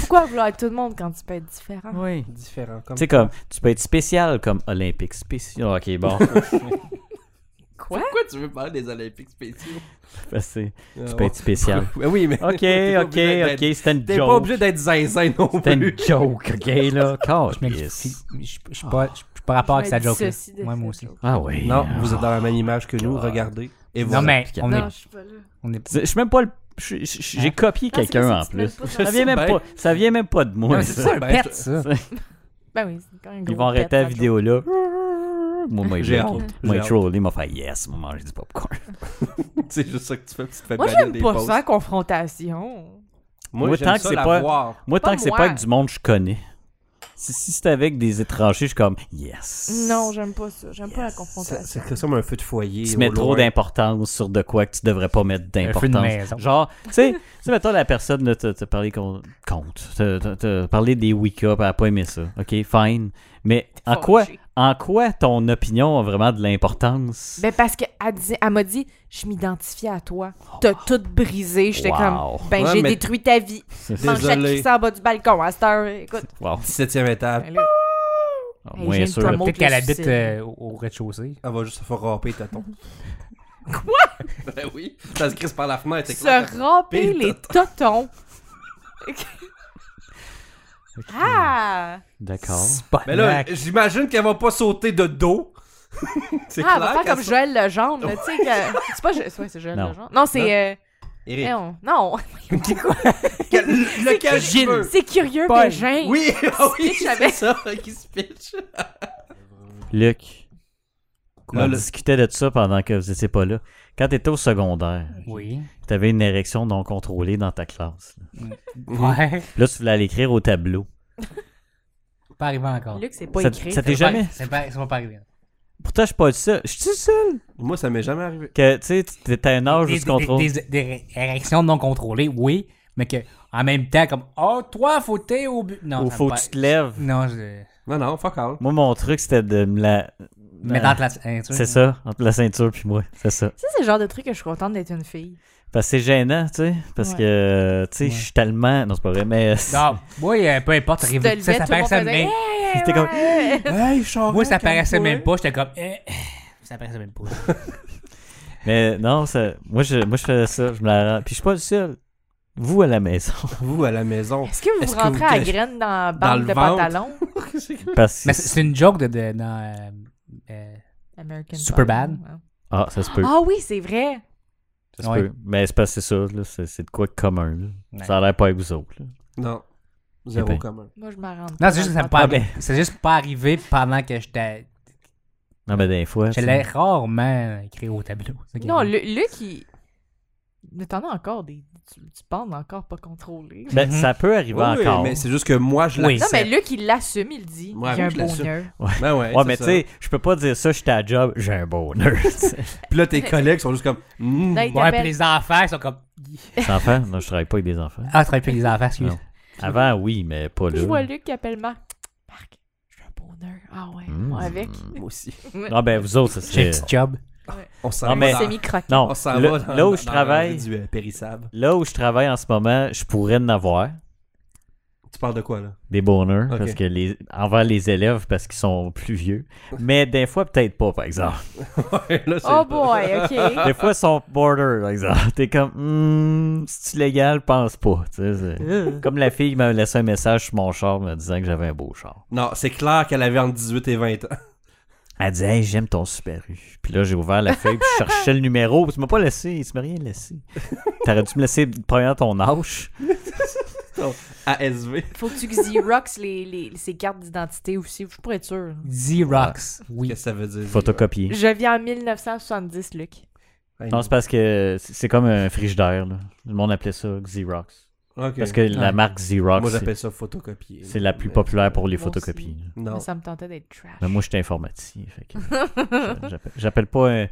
Pourquoi vouloir être tout le monde quand tu peux être différent? Oui. Différent. Comme... Tu sais, comme, tu peux être spécial comme Olympique spécial. Ok, bon. Quoi? Pourquoi tu veux parler des Olympiques spéciaux? Passez. Tu peux être spécial. Oui, mais. Ok, T'es pas ok, obligé d'être- ok, c'était une T'es pas joke. obligé d'être zinzin non C'était une plus. joke, ok, là. Je m'explique. Yes. Je je suis pas, je suis pas rapport Ah. Je avec me sa joke. là. dissocie de Ouais, moi cette aussi. joke. Ah oui. Non, vous êtes dans la même image que nous, Ah. regardez. Et Non, voilà. mais Piquette. on est. Non, je suis pas là. On est... Je suis même pas le. je- je- Hein? J'ai copié Ah, c'est quelqu'un parce en que tu te mêles plus. pas Ça dans- vient, même Ben- pas, ça vient même pas de Non, moi. mais ça. c'est ça, le Ben, pet, je- ça. Ben oui, c'est quand même gros Ils vont arrêter la vidéo là. Moi, moi, J'ai j'ai hâte. Moi, j'ai il hâte. troll, il m'a fait yes, m'a mangé du popcorn. C'est juste ça que tu fais. puis Tu te fais Moi, bannir j'aime des pas posts. ça, confrontation. Moi, Moi, j'aime tant que ça c'est la pas- voir. Moi, Pas tant que c'est moi. pas avec du monde que je connais. Si, si c'est avec des étrangers, je suis comme yes. Non, j'aime pas ça. J'aime pas la Yes. Ça- confrontation. C'est que ça comme un feu de foyer. tu au mets trop loin. d'importance sur de quoi que tu devrais pas mettre feu de d'importance. maison. Genre, tu sais, tu sais, mettons la personne là, te, te parler con- contre, te, te- te parler des Wicca, puis elle a pas aimé ça. OK, fine. Mais en Fâché. quoi, en quoi ton opinion a vraiment de l'importance? Ben parce qu'elle disait- elle m'a dit, je m'identifiais à toi. T'as tout brisé. J'étais Wow. comme, Oh ben Ouais, j'ai mais- détruit ta vie. Mange ça Désolé. qui en bas du balcon à cette heure. Écoute, Wow. 17ème étape. ben là, Ah, Hey, moins j'ai sûr. une promo. Peut-être qu'elle le habite suicide. euh, au au rez-de-chaussée. Elle va juste se faire râper tâton. quoi? ben oui. Ça se crisse par la fenêtre. c'est clair. Se ramper les totons. ah! D'accord. Mais là, euh, j'imagine qu'elle va pas sauter de dos. c'est Ah, elle clair. va faire qu'elle comme saute- Joël Legendre, là, tu sais que... C'est pas... Jo- Ouais, c'est Joël Non. Legendre. Non, Non. c'est... euh, Eric. Non. non. Quel- Lequel Gilles. tu veux. C'est curieux, Paul. les gens. Oui, ah oui, pitch c'est avec. ça qui se pitch. Luc, Là, on le- discutait de ça pendant que vous étiez pas là. Quand t'étais au secondaire, Oui. t'avais une érection non contrôlée dans ta classe. Là, Ouais. Là, tu voulais l'écrire au tableau. Pas arrivé encore. Luc, c'est pas ça écrit. ça t'est jamais... C'est pas, c'est pas arrivé. Pourtant, je suis pas ça. Je suis seul. Moi, ça m'est jamais arrivé. Que, tu sais, tu- t'as un âge où Des, tu des- contrôles. des- des ré- érections non contrôlées, oui, mais que en même temps, comme Oh, toi, faut t'es au but. Non, Où ça me faut que paraît- tu te lèves. Non, je. Non, non, fuck all. Moi, mon truc, c'était de me la. Mettre entre la ceinture. Ben, C'est ça, entre la ceinture puis moi. C'est ça. Ça, c'est le genre de truc que je suis contente d'être une fille. Parce que c'est gênant, tu sais. Parce Ouais. que, tu sais, Ouais. je suis tellement. Non, c'est pas vrai, mais. Non, moi, euh, peu importe, Tu arrive- te ça, levais, ça tout le monde paraissait faisait, Eh, même. Hey, C'était comme- ouais. Hey, Charles, Moi, ça calme-toi. paraissait même pas. J'étais comme. Eh, Ça paraissait même pas. Mais non, ça... moi, je... moi, je faisais ça. Je me la rends. Puis je suis pas le seul. Vous à la maison. Vous à la maison. Est-ce que vous Oh, Est-ce que rentrez vous à cachez- graines dans la dans bande le de ventre? pantalon? Parce que. Mais c'est c'est une joke de. de- dans, euh, euh, American Superbad. Pie, ouais. Ah, ça se peut. Ah oui, c'est vrai. ça se ouais. peut. Mais c'est parce que c'est ça, là. C'est c'est de quoi de commun, là. Ouais. Ça a l'air pas avec vous autres, là. Non. Zéro Eh ben. commun. Moi, je m'en rends Non, c'est juste que ça me Ah, pas ben. C'est juste pas arrivé pendant que j'étais. Ah, Non, mais ben, des fois. Je tu l'ai sais. rarement écrit au tableau. C'est ça qui Non, est- Lu- Luc, il... Mais t'en as encore des... Tu, tu parles encore pas contrôlé. Ben, Mhm. ça peut arriver Oui, oui, encore. mais c'est juste que moi, je l'ai. Oui. Non, mais Luc, il l'assume, il dit. Ouais, J'ai moi, un je l'assume. bonheur. Ben ouais. ouais, c'est mais tu ça. sais, je peux pas dire ça, j'étais à job, j'ai un bonheur. tu sais. Puis là, tes collègues sont juste comme. hmm. Là, il Ouais, puis t'appelle. les enfants, ils sont comme. Les enfants? Non, je travaille pas avec des enfants. Ah, tu travailles plus avec les enfants, excuse. Non. Avant, oui, mais pas Je vois là. Luc qui appelle Marc. Marc, j'ai un bonheur. Ah ouais, Hmm. Mm. moi avec. Moi aussi. Non, ben, vous autres, ça J'ai un serait. petit job. On s'en Non, mais- va. C'est dans- mi-croqué. Non, On s'en là, va. dans- là où dans- je dans travaille, Du euh, périssable. là où je travaille en ce moment, je pourrais en avoir Tu parles de quoi, là des bonheurs Ok. parce que les envers les élèves parce qu'ils sont plus vieux, mais des fois peut-être pas par exemple. Ouais, là, c'est- Oh boy, ok. Des fois ils sont border par exemple. T'es comme Hmm, si tu légal, pense pas. Tu sais, c'est- comme la fille m'a laissé un message sur mon char me disant que j'avais un beau char. Non, c'est clair qu'elle avait entre 18 et 20 ans. Elle dit hey, j'aime ton Super U. Puis là j'ai ouvert la feuille puis je cherchais le numéro. Tu m'as pas laissé, tu m'as rien laissé. T'aurais dû me laisser premièrement ton âge. ASV. Faut que tu Xerox les, les, ses cartes d'identité aussi. Je pourrais être sûr. Ah. Xerox. Oui. Qu'est-ce que ça veut dire Photocopier. Je viens en 1970, Luc. Hey, Non, c'est parce que c'est c'est comme un frigidaire. Là. Le monde appelait ça Xerox. ok. Parce que la Ouais. marque Xerox, Moi, c'est- j'appelle ça photocopier. c'est la plus Mais- populaire pour les Moi aussi. photocopies. là. Non. Mais ça me tentait d'être trash. Mais moi, j'étais informaticien. fait que j'appelle- J'appelle pas un.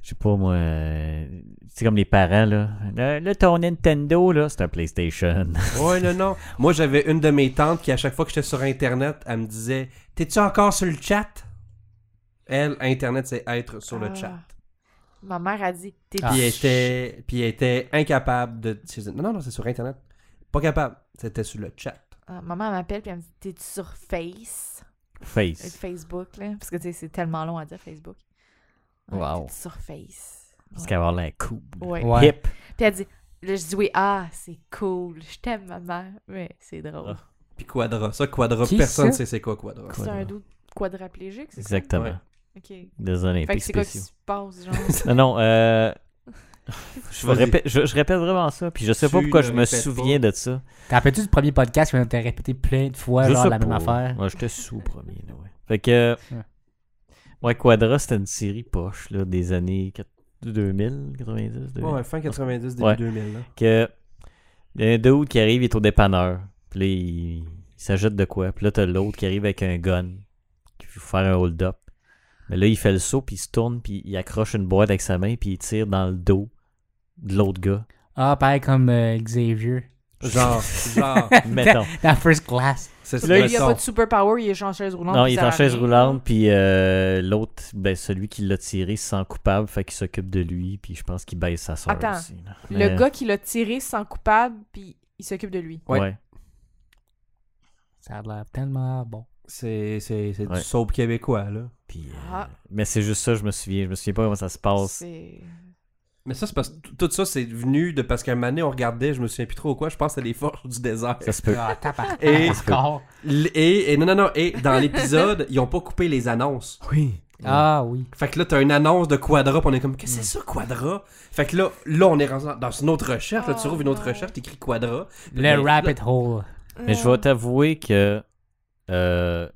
Je sais pas, moi. euh, C'est comme les parents, là. Là, là, ton Nintendo, là, c'est un PlayStation. Ouais, non, non. Moi, j'avais une de mes tantes qui, à chaque fois que j'étais sur Internet, elle me disait T'es-tu encore sur le chat Elle, Internet, c'est être sur le Ah. chat. Ma mère a dit T'es Ah. Puis, elle était, puis elle était incapable de. Non, non, non, c'est sur Internet. Pas capable. C'était sur le chat. Ah, Maman elle m'appelle puis elle me dit T'es-tu sur Face Avec Face. Facebook, là Parce que tu sais, c'est tellement long à dire Facebook. Ouais, Wow. T'es-tu sur Face Parce Ouais. qu'elle va avoir l'air cool. Ouais. Ouais. Hip. Puis elle dit Là, je dis Oui, ah, c'est cool. Je t'aime, ma mère. Mais c'est drôle. Puis Quadra. Ça, Quadra, Qui personne ne ça? sait c'est quoi Ah, Quadra. c'est un doute quadraplégique, c'est ça Exactement. Ouais. Ok. Des Fait que Olympiques c'est quoi qui spéciaux. se passe, Non, genre non, euh, je, Vas-y. répète, je, je répète vraiment ça. Puis je sais Tu pas pourquoi le je me répètes souviens de ça. T'en rappelles-tu du premier podcast où on t'a répété plein de fois, Je genre sais la même pas. affaire? Moi, j'étais sous premier, là, ouais. Fait que. Ouais. Ouais, Quadra, c'était une série poche, là, des années quat- 2000, 90, 2000. Ouais, fin 90, début Ouais. 2000. Là. Que. Il y a un dude qui arrive, il est au dépanneur. Puis là, il, il s'ajoute de quoi. Puis là, t'as l'autre qui arrive avec un gun. Qui veut faire un hold-up. Mais là, il fait le saut, puis il se tourne, puis il accroche une boîte avec sa main, puis il tire dans le dos de l'autre gars. Ah, pareil comme euh, Xavier. Genre, genre. Mettons. Dans First Class. C'est Là, Lui, le il a pas son. de super power, il est en chaise roulante. Non, puis il est ça en va chaise rien. roulante, puis euh, l'autre, ben, celui qui l'a tiré, se sent coupable, fait qu'il s'occupe de lui, puis je pense qu'il baise sa soeur Attends. aussi. là. Le Mais- gars qui l'a tiré sans coupable, puis il s'occupe de lui. Ouais. Ouais. Ça a l'air tellement bon. C'est c'est- c'est Ouais. du soap québécois, là. Puis, euh, Ah. Mais c'est juste ça, je me souviens. Je me souviens pas comment ça se passe. C'est. Mais ça, c'est parce que t- tout ça, c'est venu de parce qu'à un moment donné, on regardait, je me souviens plus trop quoi, je pense à les forces du désert. Ça se peut. Ah, tabarnak, Et- encore. L- Et, et non, non, non, et dans l'épisode, ils ont pas coupé les annonces. Oui. Ah oui. Fait que là, t'as une annonce de Quadra, puis on est comme, qu'est-ce que c'est ça, Quadra? Fait que là, là, on est rendu dans une autre recherche, là, tu Oh, trouves une autre non. recherche, t'écris Quadra. Le Mais- Rabbit Hole. Mais je vais Ah. Hmm. t'avouer que euh,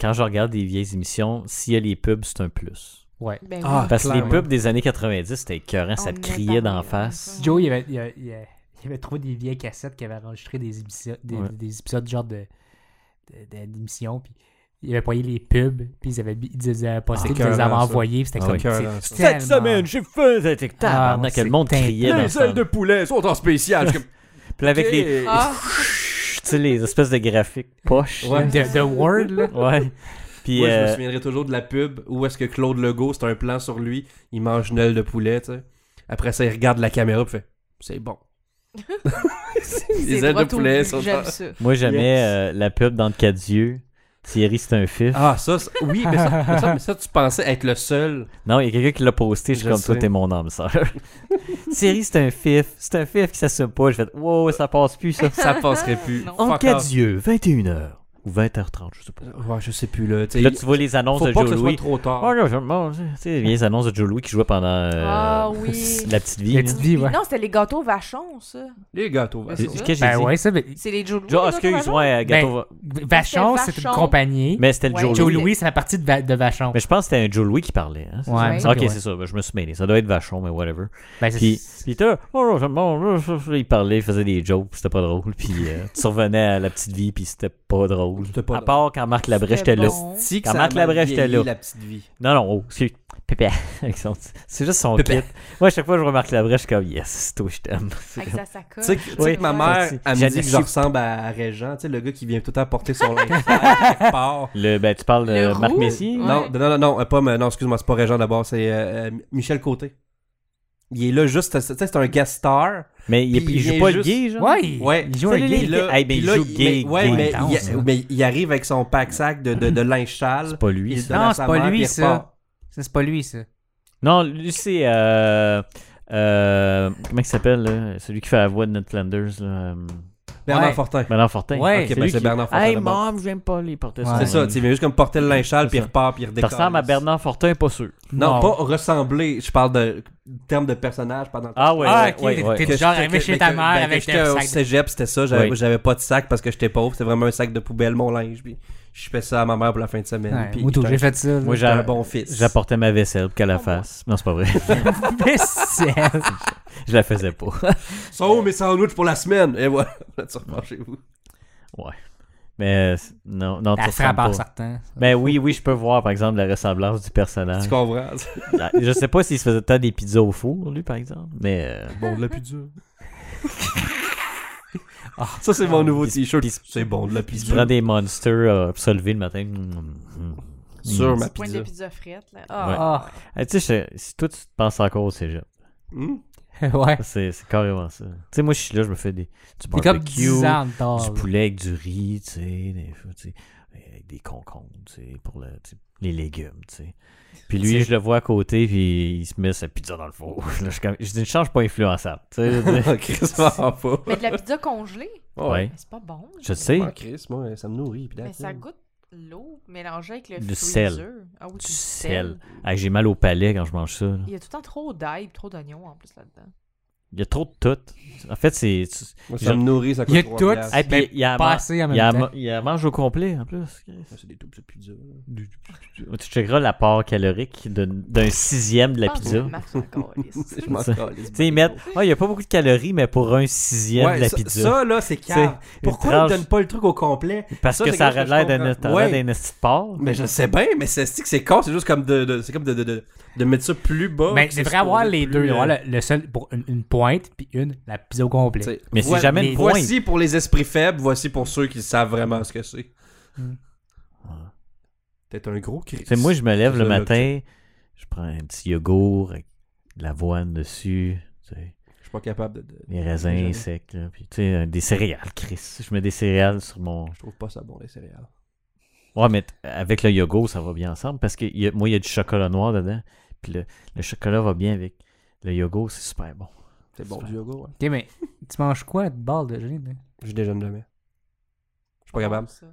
quand je regarde des vieilles émissions, s'il y a les pubs, c'est un plus. Ouais. Ben oui. Ah, Parce que les Clairement. pubs des années 90, c'était écœurant, ça On te en a criait d'en hein, parlé, face. ouais. Joe, il avait, il, avait, il avait- il avait trouvé des vieilles cassettes qu'il avait enregistrées des épisodes, des, Ouais. des épisodes genre de de- de- d'émissions. Puis ils avaient payé les pubs, puis ils avaient, ils les avaient postés, Ah, puis ils les avaient écœurant, ça. envoyés, puis c'était Ah comme. oui. Écœurant, ça. c'est Cette tellement- semaine, j'ai fait un TikTok. Ah, Pendant que c'est le monde teint- criait dans Les ailes ça. de poulet sont en spécial. Je suis comme, Puis avec ok. les, Ah, tu sais, les espèces de graphiques poches. Ouais. The, the Word, là. Ouais. Puis, Moi, je me euh, souviendrai toujours de la pub où est-ce que Claude Legault, c'est un plan sur lui, il mange une aile de poulet, tu sais. Après ça, il regarde la caméra et fait C'est bon. c'est ailes de droit au poulet but, sont J'aime pas- ça. moi, j'aimais Yes. euh, la pub dans le cas de Dieu. Thierry, c'est un fif. Ah, ça, c'est- oui, mais ça, mais ça, mais ça, tu pensais être le seul. Non, il y a quelqu'un qui l'a posté. Je suis Je comme toi, sais. t'es mon âme, sœur. Thierry, c'est un fif. C'est un fif qui s'assume pas. J'ai fait, wow, ça passe plus, ça. Ça passerait plus. Non. En Fuck cas off. de Dieu, 21h ou 20h30, je sais pas. Ouais, je sais plus, là. tu sais, Là, tu vois les annonces Faut de pas que Joe ce soit Louis. trop tard. Oh, là, je- bon, tu sais, les annonces de Joe Louis qui jouait pendant euh, Ah, oui. la petite vie. La là. petite vie, ouais. Non, c'était les gâteaux vachons, ça. Les gâteaux, vas-y. c'est ça. Qu'est-ce que j'ai Ben dit? ah, ouais, ça. mais- C'est les Joe Louis. Genre, les est-ce gâteaux qu'ils vachons? jouent un ben gâteau? va- Vachon, c'est une Vachon. compagnie. Mais c'était le Ouais. Joe Joe Louis. Louis, c'est la partie de, va- de Vachon. Mais je pense que c'était un Joe Louis qui parlait. hein, c'est Ouais, ça? Ouais. ça, Ok, ouais. c'est ça. ben, je me suis mêlé. Ça doit être Vachon, mais whatever. Ben, c'est- Puis, puis t'as- oh, là, bon, là, ça, ça, il parlait, il faisait des jokes, puis c'était pas drôle. Puis euh, tu revenais à la petite vie, puis c'était pas drôle. C'était pas à part quand Marc Labrèche était là. bon. Si Quand Marc a mal Labrèche était vieilli, là. La petite vie. Non, non, oh, c'est Pépé. avec son- C'est juste son Pépé. kit. Moi, à chaque fois, je remarque Labrèche, je suis comme Yes, toi, je t'aime. C'est Avec comme- sa sacoche. Tu sais que, tu sais Oui. que ma mère, Merci. elle J'ai me dit que je la- ressemble à Régent, tu sais, le gars qui vient tout apporter son linge sale quelque part. Le, ben, tu parles de Le Marc roux. Messier Ouais. Non, non, non, non, euh, pas, mais non, excuse-moi, c'est pas Régent d'abord, c'est euh, euh, Michel Côté. Il est là juste, tu sais, c'est un guest star. Mais il, Puis il il joue vient pas le juste- gay, genre Ouais, il- Ouais. il joue un Salut, les- gay. Puis là- Eh ben, puis il là, joue gay, mais- ouais, gay mais, intense, il, hein. mais il arrive avec son pack-sac de, de, de linge sale. C'est pas il lui. le ça. donne à Non, sa c'est pas mère, lui, puis il ça. repart. Ça, C'est pas lui, ça. Non, lui, c'est. Euh, euh, comment il s'appelle, là? Celui qui fait la voix de Ned Flanders, là. euh, Bernard Ouais. Fortin. Bernard Fortin. Ouais. Ok, C'est ben, lui c'est qui- Bernard Fortin Hey, d'abord. mom, j'aime pas les porter Ouais. ça. C'est ça, tu viens juste comme porter le linge sale, C'est puis il ça. repart, puis il Tu redécolle. ressembles à Bernard Fortin, pas sûr. Non, Non. pas ressembler, je parle de terme de personnage pendant Ah ouais, Ah, ouais, ok, ouais, t'es- ouais. t'es- genre arrivé chez ta mère avec ben, j'étais un au sac de- cégep, c'était ça, j'avais Oui. j'avais pas de sac parce que j'étais pauvre, c'était vraiment un sac de poubelle mon linge puis je fais ça à ma mère pour la fin de semaine Ouais, puis moi, tout, j'étais j'ai fait ça. là. Moi, j'étais un j'a- bon fils. j'apportais ma vaisselle pour qu'elle Oh, la fasse. Non, c'est pas vrai. Mais c'est- Je la faisais pas. Sont où mes sandwichs oh, pour la semaine Et voilà, là tu repars chez vous. Mais euh, non, non, tu La ressembles frappe en pas. sortant. Mais oui, oui, je peux voir, par exemple, la ressemblance du personnage. Tu comprends Ah, Je sais pas s'il se faisait tant des pizzas au four, lui, par exemple, mais... euh, Bon de la pizza. Ah, ça c'est Ah, mon nouveau Puis- t-shirt. puis- C'est bon de la Il se prend pizza. des monsters euh, pour se lever le matin. Mm, mm, mm. Sur ma Pointe pizza. de pizza frite, là. Ouais. Ah, Ah, Ah, tu sais, je- si toi, tu te penses encore au cégep, Hmm? ouais. c'est c'est carrément ça. Tu sais, moi, je suis là, je me fais des, du T'es comme barbecue, 10 ans de du tard, là. poulet avec du riz, tu sais, des, fois, tu sais, avec des concombres, tu sais, pour le- tu sais, les légumes, tu sais. Puis lui, je le vois à côté, puis il se met sa pizza dans le four. Là, je, suis comme- je dis, ne change pas influençable, tu sais. je veux dire. Ah, Chris vraiment pas. Mais de la pizza congelée, ouais, mais c'est pas bon. je sais. Ah, Chris, moi ça me nourrit puis Mais ça d'accord. goûte l'eau mélangée avec le Du freezer. sel. Ah oui, Du du sel. sel. Ah, J'ai mal au palais quand je mange ça. là. Il y a tout le temps trop d'ail et trop d'oignons en plus là-dedans. Il y a trop de tout. En fait, c'est... tu- Moi, Je- ça me nourrit ça Il y a coûte trois tout. piastres. Hey, puis Ben, il y a Pas ma- assez en Il y même a, temps. ma- il y a mange au complet en plus. Ça, C'est des doubles de pizza. là. Tu checkeras l'apport calorique de- d'un sixième de la Ah, pizza. je marque encore, lisse. Je m'en Ça- calisse. Tu sais, ils mettent. Ah, il n'y a pas beaucoup de calories, mais pour un sixième Ouais, de la ça, pizza. ça, là, c'est cave. C'est Pourquoi une tranche- ils donnent pas le truc au complet? parce ça, que c'est ça quelque aurait chose que l'air je d'un comprends. aurait Ouais. l'air d'un esti de porc. Mais je sais bien, mais c'est c'est con, c'est juste comme de, de- c'est comme de, de, de, de mettre ça plus Oh, bas. Mais puis c'est vrai supposé avoir les plus, deux. euh, avoir le- le seul pour une, une pointe, puis une, la pizza au tu complet. sais, Mais c'est voilà, jamais une les- pointe. Voici pour les esprits faibles, voici pour ceux qui savent vraiment ce que c'est. Hmm. T'es un gros Chris. Tu sais, moi, je me lève C'est le ça, là, matin, je prends un petit yogourt avec de l'avoine dessus, tu sais, Je suis pas capable de. de- des Jamais. raisins secs, là, puis tu sais, euh, des céréales, Chris. Je mets des céréales sur mon. Je trouve pas ça bon, les céréales. Ouais, mais t- avec le yogourt, ça va bien ensemble parce que il y a- moi, il y a du chocolat noir dedans. Puis le, le chocolat va bien avec le yogourt, c'est super bon. C'est bon Super. du yogourt. ouais. Ok, mais tu manges quoi de barre de gêne? hein? Je déjeune jamais. Je suis Ah. pas capable. Ça. Euh,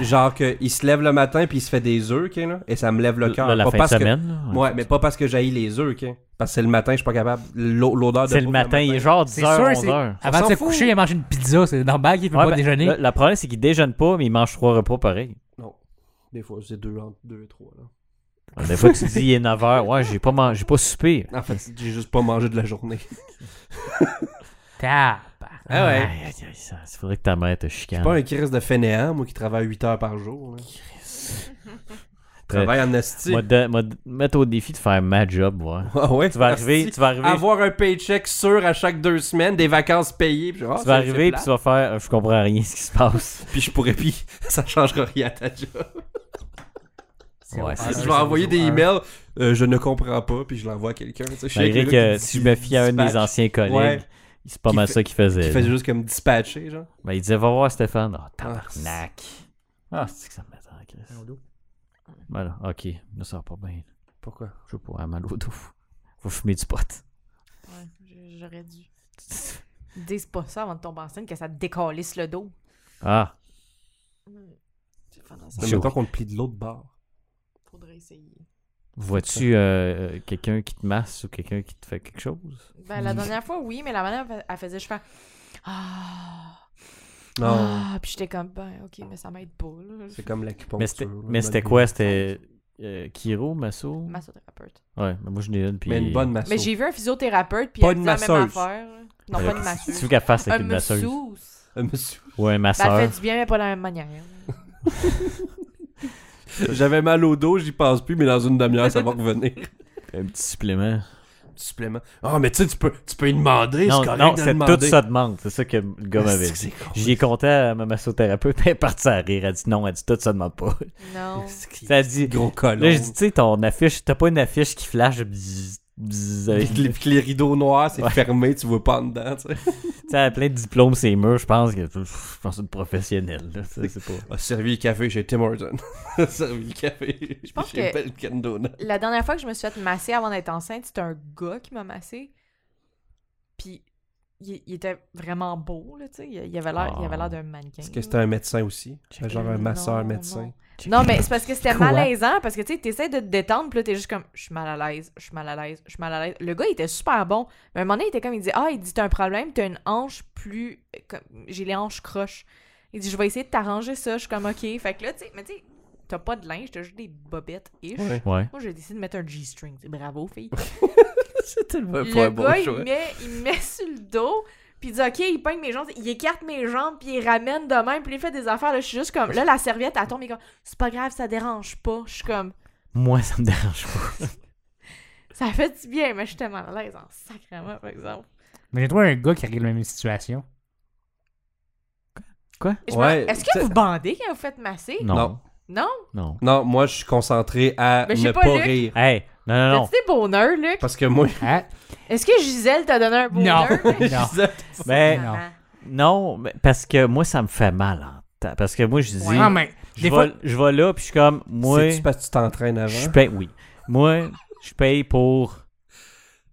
Euh, Genre que il se lève le matin puis il se fait des œufs, ok, là, et ça me lève le cœur. Là, la Pas fin de parce que- semaine. là, Ouais, mais pas parce que j'haïs les œufs, ok? Parce que c'est le matin, je suis pas capable. L'o- L'odeur de C'est le bouffe matin, il est genre C'est 10h, sûr, 11h. Avant s'en de se fout. coucher, il a mangé une pizza. C'est normal qu'il ne peut pas déjeuner. ben, Le, le problème, c'est qu'il déjeune pas, mais il mange trois repas pareil. Non. Des fois, c'est deux, entre deux et trois. Là. Alors, Des fois, tu te dis, il est 9h. Ouais, j'ai pas, mangé, j'ai pas soupé. En fait, j'ai juste pas mangé de la journée. Tabarnak. Ah ouais. Aïe, aïe, aïe, ça- Il faudrait que ta mère te chicane. Pas un Chris de fainéant, moi qui travaille 8 heures par jour. là. Travail en esti. Euh, Moi, de- moi, de- mettre au défi de faire ma job, ouais. Ah ouais, Tu vas arriver, esti. tu vas arriver, Avoir un paycheck sûr à chaque deux semaines, des vacances payées. Puis, genre, ah, tu vas c'est- arriver c'est puis tu vas faire, euh, je comprends rien ce qui se passe. plate. puis je pourrais puis ça changera rien à ta job. Ouais, Ah, c'est je ça, vais ça, envoyer ça, des ça. emails, euh, je ne comprends pas, puis je l'envoie à quelqu'un. tu sais, je suis Malgré avec le que gars qui si je dit me fie à un de mes dispatch, anciens collègues, Ouais. c'est pas Qui mal fait- ça qu'il qui faisait. fait là. juste comme dispatcher, genre. Ben, il disait, va voir Stéphane. Oh, Ah, tabarnak. Ah, c'est que ça me met en crise. Voilà, ok. Là, ça va pas bien. Pourquoi Je sais pas, un mal au dos. Faut fumer du pot. Ouais, j- j'aurais dû. Dis pas ça avant de tomber enceinte que ça te décalisse le dos. Ah, J'ai pas dans Chaud. ça. Mais Mettons qu'on te plie de l'autre bord. Faudrait essayer. vois-tu euh, euh, quelqu'un qui te masse ou quelqu'un qui te fait quelque chose? Ben, Hmm. la dernière fois, oui, mais la manière elle faisait, je fais Ah. Non, Ah, puis j'étais comme, ben, ok, mais ça m'aide pas, là. c'est comme l'acupuncture. Mais c'était- là, mais c'était bonne- quoi? C'était euh, Kiro, Masso? Massothérapeute. Ouais, mais moi je n'ai une. Puis... Mais une bonne masse. Mais j'ai vu un physiothérapeute, puis Pas elle une disait la même masseuse. affaire. là. Non, Ouais, pas une Euh, Tu masseuse. veux qu'elle fasse Un avec une masseuse? masseuse. Euh, Monsieur, Ou un Ça masseur? fait du bien, mais pas de la même manière. J'avais mal au dos, j'y pense plus, mais dans une demi-heure, ça va revenir. Un petit supplément. supplément. Ah, mais tu sais, tu peux, tu peux y demander, Non, c'est correct non, de c'est demander. tout ça demande. C'est ça que le gars Ah, m'avait c'est que dit. c'est con. J'y ai compté à ma massothérapeute, puis elle est partie à rire. Elle dit non, elle dit tout ça demande pas. Non. Ça dit, Gros colon. là, je dis, tu sais, ton affiche, t'as pas une affiche qui flash bzz, bzz, Puis avec que les, puis que les rideaux noirs, c'est Ouais. fermé, tu vois pas en dedans, tu sais. Tu sais, elle a plein de diplômes, c'est murs, je pense que je pense une professionnelle. Là, tu sais, c'est pas... A servi le café chez Tim Horton. A servi le café je pense chez que- Belkin Donut. La dernière fois que je me suis fait masser avant d'être enceinte, c'était un gars qui m'a massé. Puis il, il était vraiment beau, là, tu sais. Il il avait l'air il avait l'air d'un mannequin. Ah. Est-ce que c'était un médecin aussi? Check. Ben, Genre un Non, masseur non. médecin. Non, mais c'est parce que c'était Quoi? malaisant, parce que tu sais, t'essaies de te détendre, puis là, t'es juste comme, je suis mal à l'aise, je suis mal à l'aise, je suis mal à l'aise. Le gars, il était super bon. Mais à un moment donné, il était comme, il dit, ah, il dit, t'as un problème, t'as une hanche plus. comme- J'ai les hanches croches. Il dit, je vais essayer de t'arranger ça, je suis comme, ok. Fait que là, tu sais, mais tu sais, t'as pas de linge, t'as juste des bobettes ish. Ouais. Ouais. Moi, j'ai décidé de mettre un G-string. C'est bravo, fille. C'est Euh, tellement le gars, hein. il, met, il met sur le dos, puis il dit, OK, il pogne mes jambes, il écarte mes jambes, puis il ramène de même, puis il fait des affaires. Là, je suis juste comme, là, la serviette, elle tombe, il est comme, c'est pas grave, ça dérange pas. Je suis comme, Moi, ça me dérange pas. ça fait du bien, mais je suis tellement à l'aise en sacrement, par exemple. Mais j'ai trouvé un gars qui arrive la même situation. Je Ouais, me- Est-ce t'sais- que vous bandez quand vous faites masser? Non. Non. Non. Non? Non, moi, je suis concentré à Mais Ben, je sais ne pas, pas, Luc. rire. Hey, non, non, non. T'as-tu des bonheurs, Luc? Parce que moi, Hein? Est-ce que Gisèle t'a donné un Non. bonheur? Luc? non. Ben, non. Maman. non, mais parce que moi, ça me fait mal. en temps. Parce que moi, je dis, Ouais. Non, mais je Ah, des vais fois, je vais là, puis je suis comme, moi, c'est-tu parce que tu t'entraînes je avant? paye, oui. Moi, je paye pour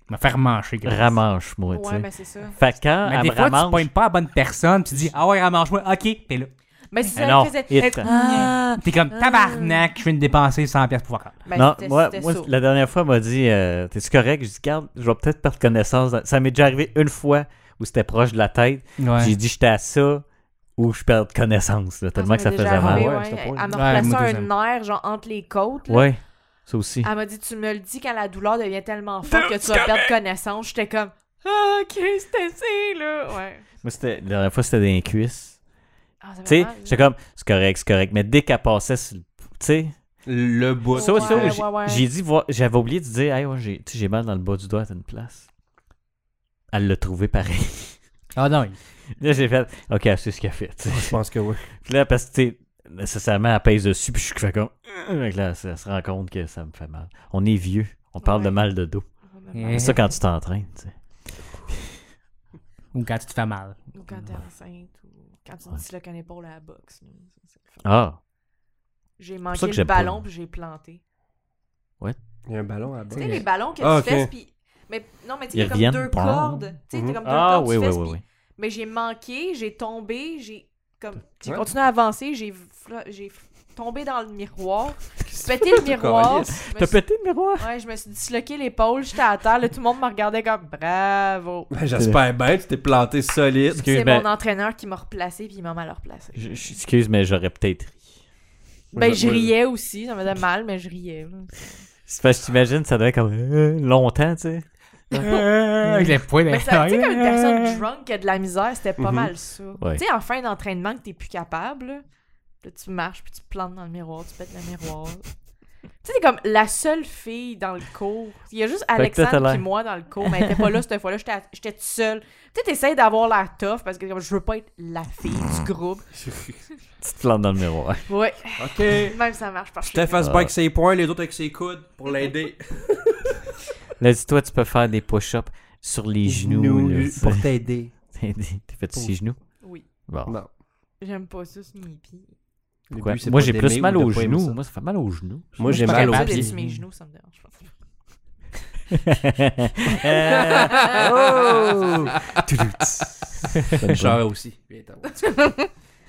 me faire mancher. Chris. ramanche, moi, tu Ouais, sais. mais c'est ça. Fait que quand Mais elle des me fois, tu ramanche, pointes pas à la bonne personne, tu dis Ah ouais, ramanche-moi, ok, t'es là. Mais Eh Gisèle non, faisait... it. Ah, T'es comme Euh. Ah. tabarnak, je viens de dépenser 100$ pour voir. ben, non, c'était- moi, c'était moi, ça. la dernière fois, elle m'a dit euh, T'es-tu correct Je dis Garde, je vais peut-être perdre connaissance. Ça m'est déjà arrivé une fois où c'était proche de la tête. Ouais. J'ai dit J'étais à ça ou je perds connaissance, là, tellement que ça faisait arrivé, mal. ouais. Ouais, c'était pas Elle une- m'a Ouais, replacé moi, un deuxième. nerf, genre, entre les côtes. là. Ouais, ça aussi. Elle m'a dit, tu me le dis quand la douleur devient tellement forte que tu vas perdre connaissance. J'étais comme, ah, ok, c'était c'est, là. Ouais. Moi, c'était, la dernière fois, c'était dans les cuisses. Ah, ça fait Tu sais, mal, là. j'étais comme C'est correct, c'est correct. Mais dès qu'elle passait sur le. Tu sais, Le bout. ça, ça, Ouais, j'ai- ouais, ouais. j'ai dit voir- J'avais oublié de dire Hey, ouais, j'ai, tu sais, j'ai mal dans le bas du doigt à une place. Elle l'a trouvé pareil. Ah non, Là, j'ai fait Ok, c'est ce qu'elle a fait. tu sais. Je pense que oui. Puis là, parce que, tu sais, nécessairement, elle pèse dessus, puis je fais comme... euh, Fait que là, elle se rend compte que ça me fait mal. On est vieux. On parle de Ouais. mal de dos. Eh. C'est ça quand tu t'entraînes, tu sais. ou quand tu te fais mal. Ou quand t'es enceinte, ou quand tu te disloques un épaule à la boxe. là. Ça, c'est le fun. Ah! J'ai ça manqué que le j'aime pas, ballon, moi. puis j'ai planté. Il y a un ballon à bas. Tu sais, les ballons que Ah, ok. tu fesses, puis... Mais non, mais tu sais, il y Ils a comme reviennent, deux bam. cordes. Tu sais, t'as comme deux Ah cordes, oui, tu oui, fesses, oui, puis- oui. Mais j'ai manqué, j'ai tombé, j'ai... Comme... J'ai Ouais. continué à avancer, j'ai... fla- J'ai tombé dans le miroir, pété le miroir. je me T'as suis- pété le miroir? Ouais, je me suis disloqué l'épaule, j'étais à terre, là, tout le monde me regardait comme bravo. Ben, J'espère bien, tu t'es planté solide. Excuse, C'est mais... mon entraîneur qui m'a replacé puis il m'a mal replacé. je- je- excuse, mais j'aurais peut-être ri. Ben, Moi, je moi, riais aussi, ça me faisait mal, mais je riais. là. C'est parce que t'imagines, ça devait être comme... euh, longtemps, tu sais. Ah, Euh, Avec les poings, Mais ben, ça, tu sais, comme une personne euh, drunk qui a de la misère, c'était pas Mhm. mal ça. Ouais. Tu sais, en fin d'entraînement que t'es plus capable, là, Là, tu marches, puis tu te plantes dans le miroir, tu pètes le miroir. tu sais, t'es comme la seule fille dans le cours. Il y a juste que toi, t'as Alexandre l'air- et moi dans le cours, mais elle était pas là cette fois-là. J'étais à- J'étais toute seule. Tu sais, t'essayes d'avoir la toffe parce que comme, je veux pas être la fille du groupe. Tu te lances dans le miroir. Ouais, OK. même Eh ben, ça marche pas. Steph Asbach Ah. avec ses poings, les autres avec ses coudes pour l'aider. Là, dis-toi, tu peux faire des push-ups sur les genoux. là, tu sais. pour t'aider. T'es t'es fait sur les genoux? Oui, Bon. Non. j'aime pas ça, Snoopy. Quoi? Moi, j'ai plus mal aux genoux. Moi, ça fait mal aux genoux. Moi, j'ai Pas mal capable aux de pieds. sur mes genoux, ça me dérange pas. Euh, oh! Genre aussi.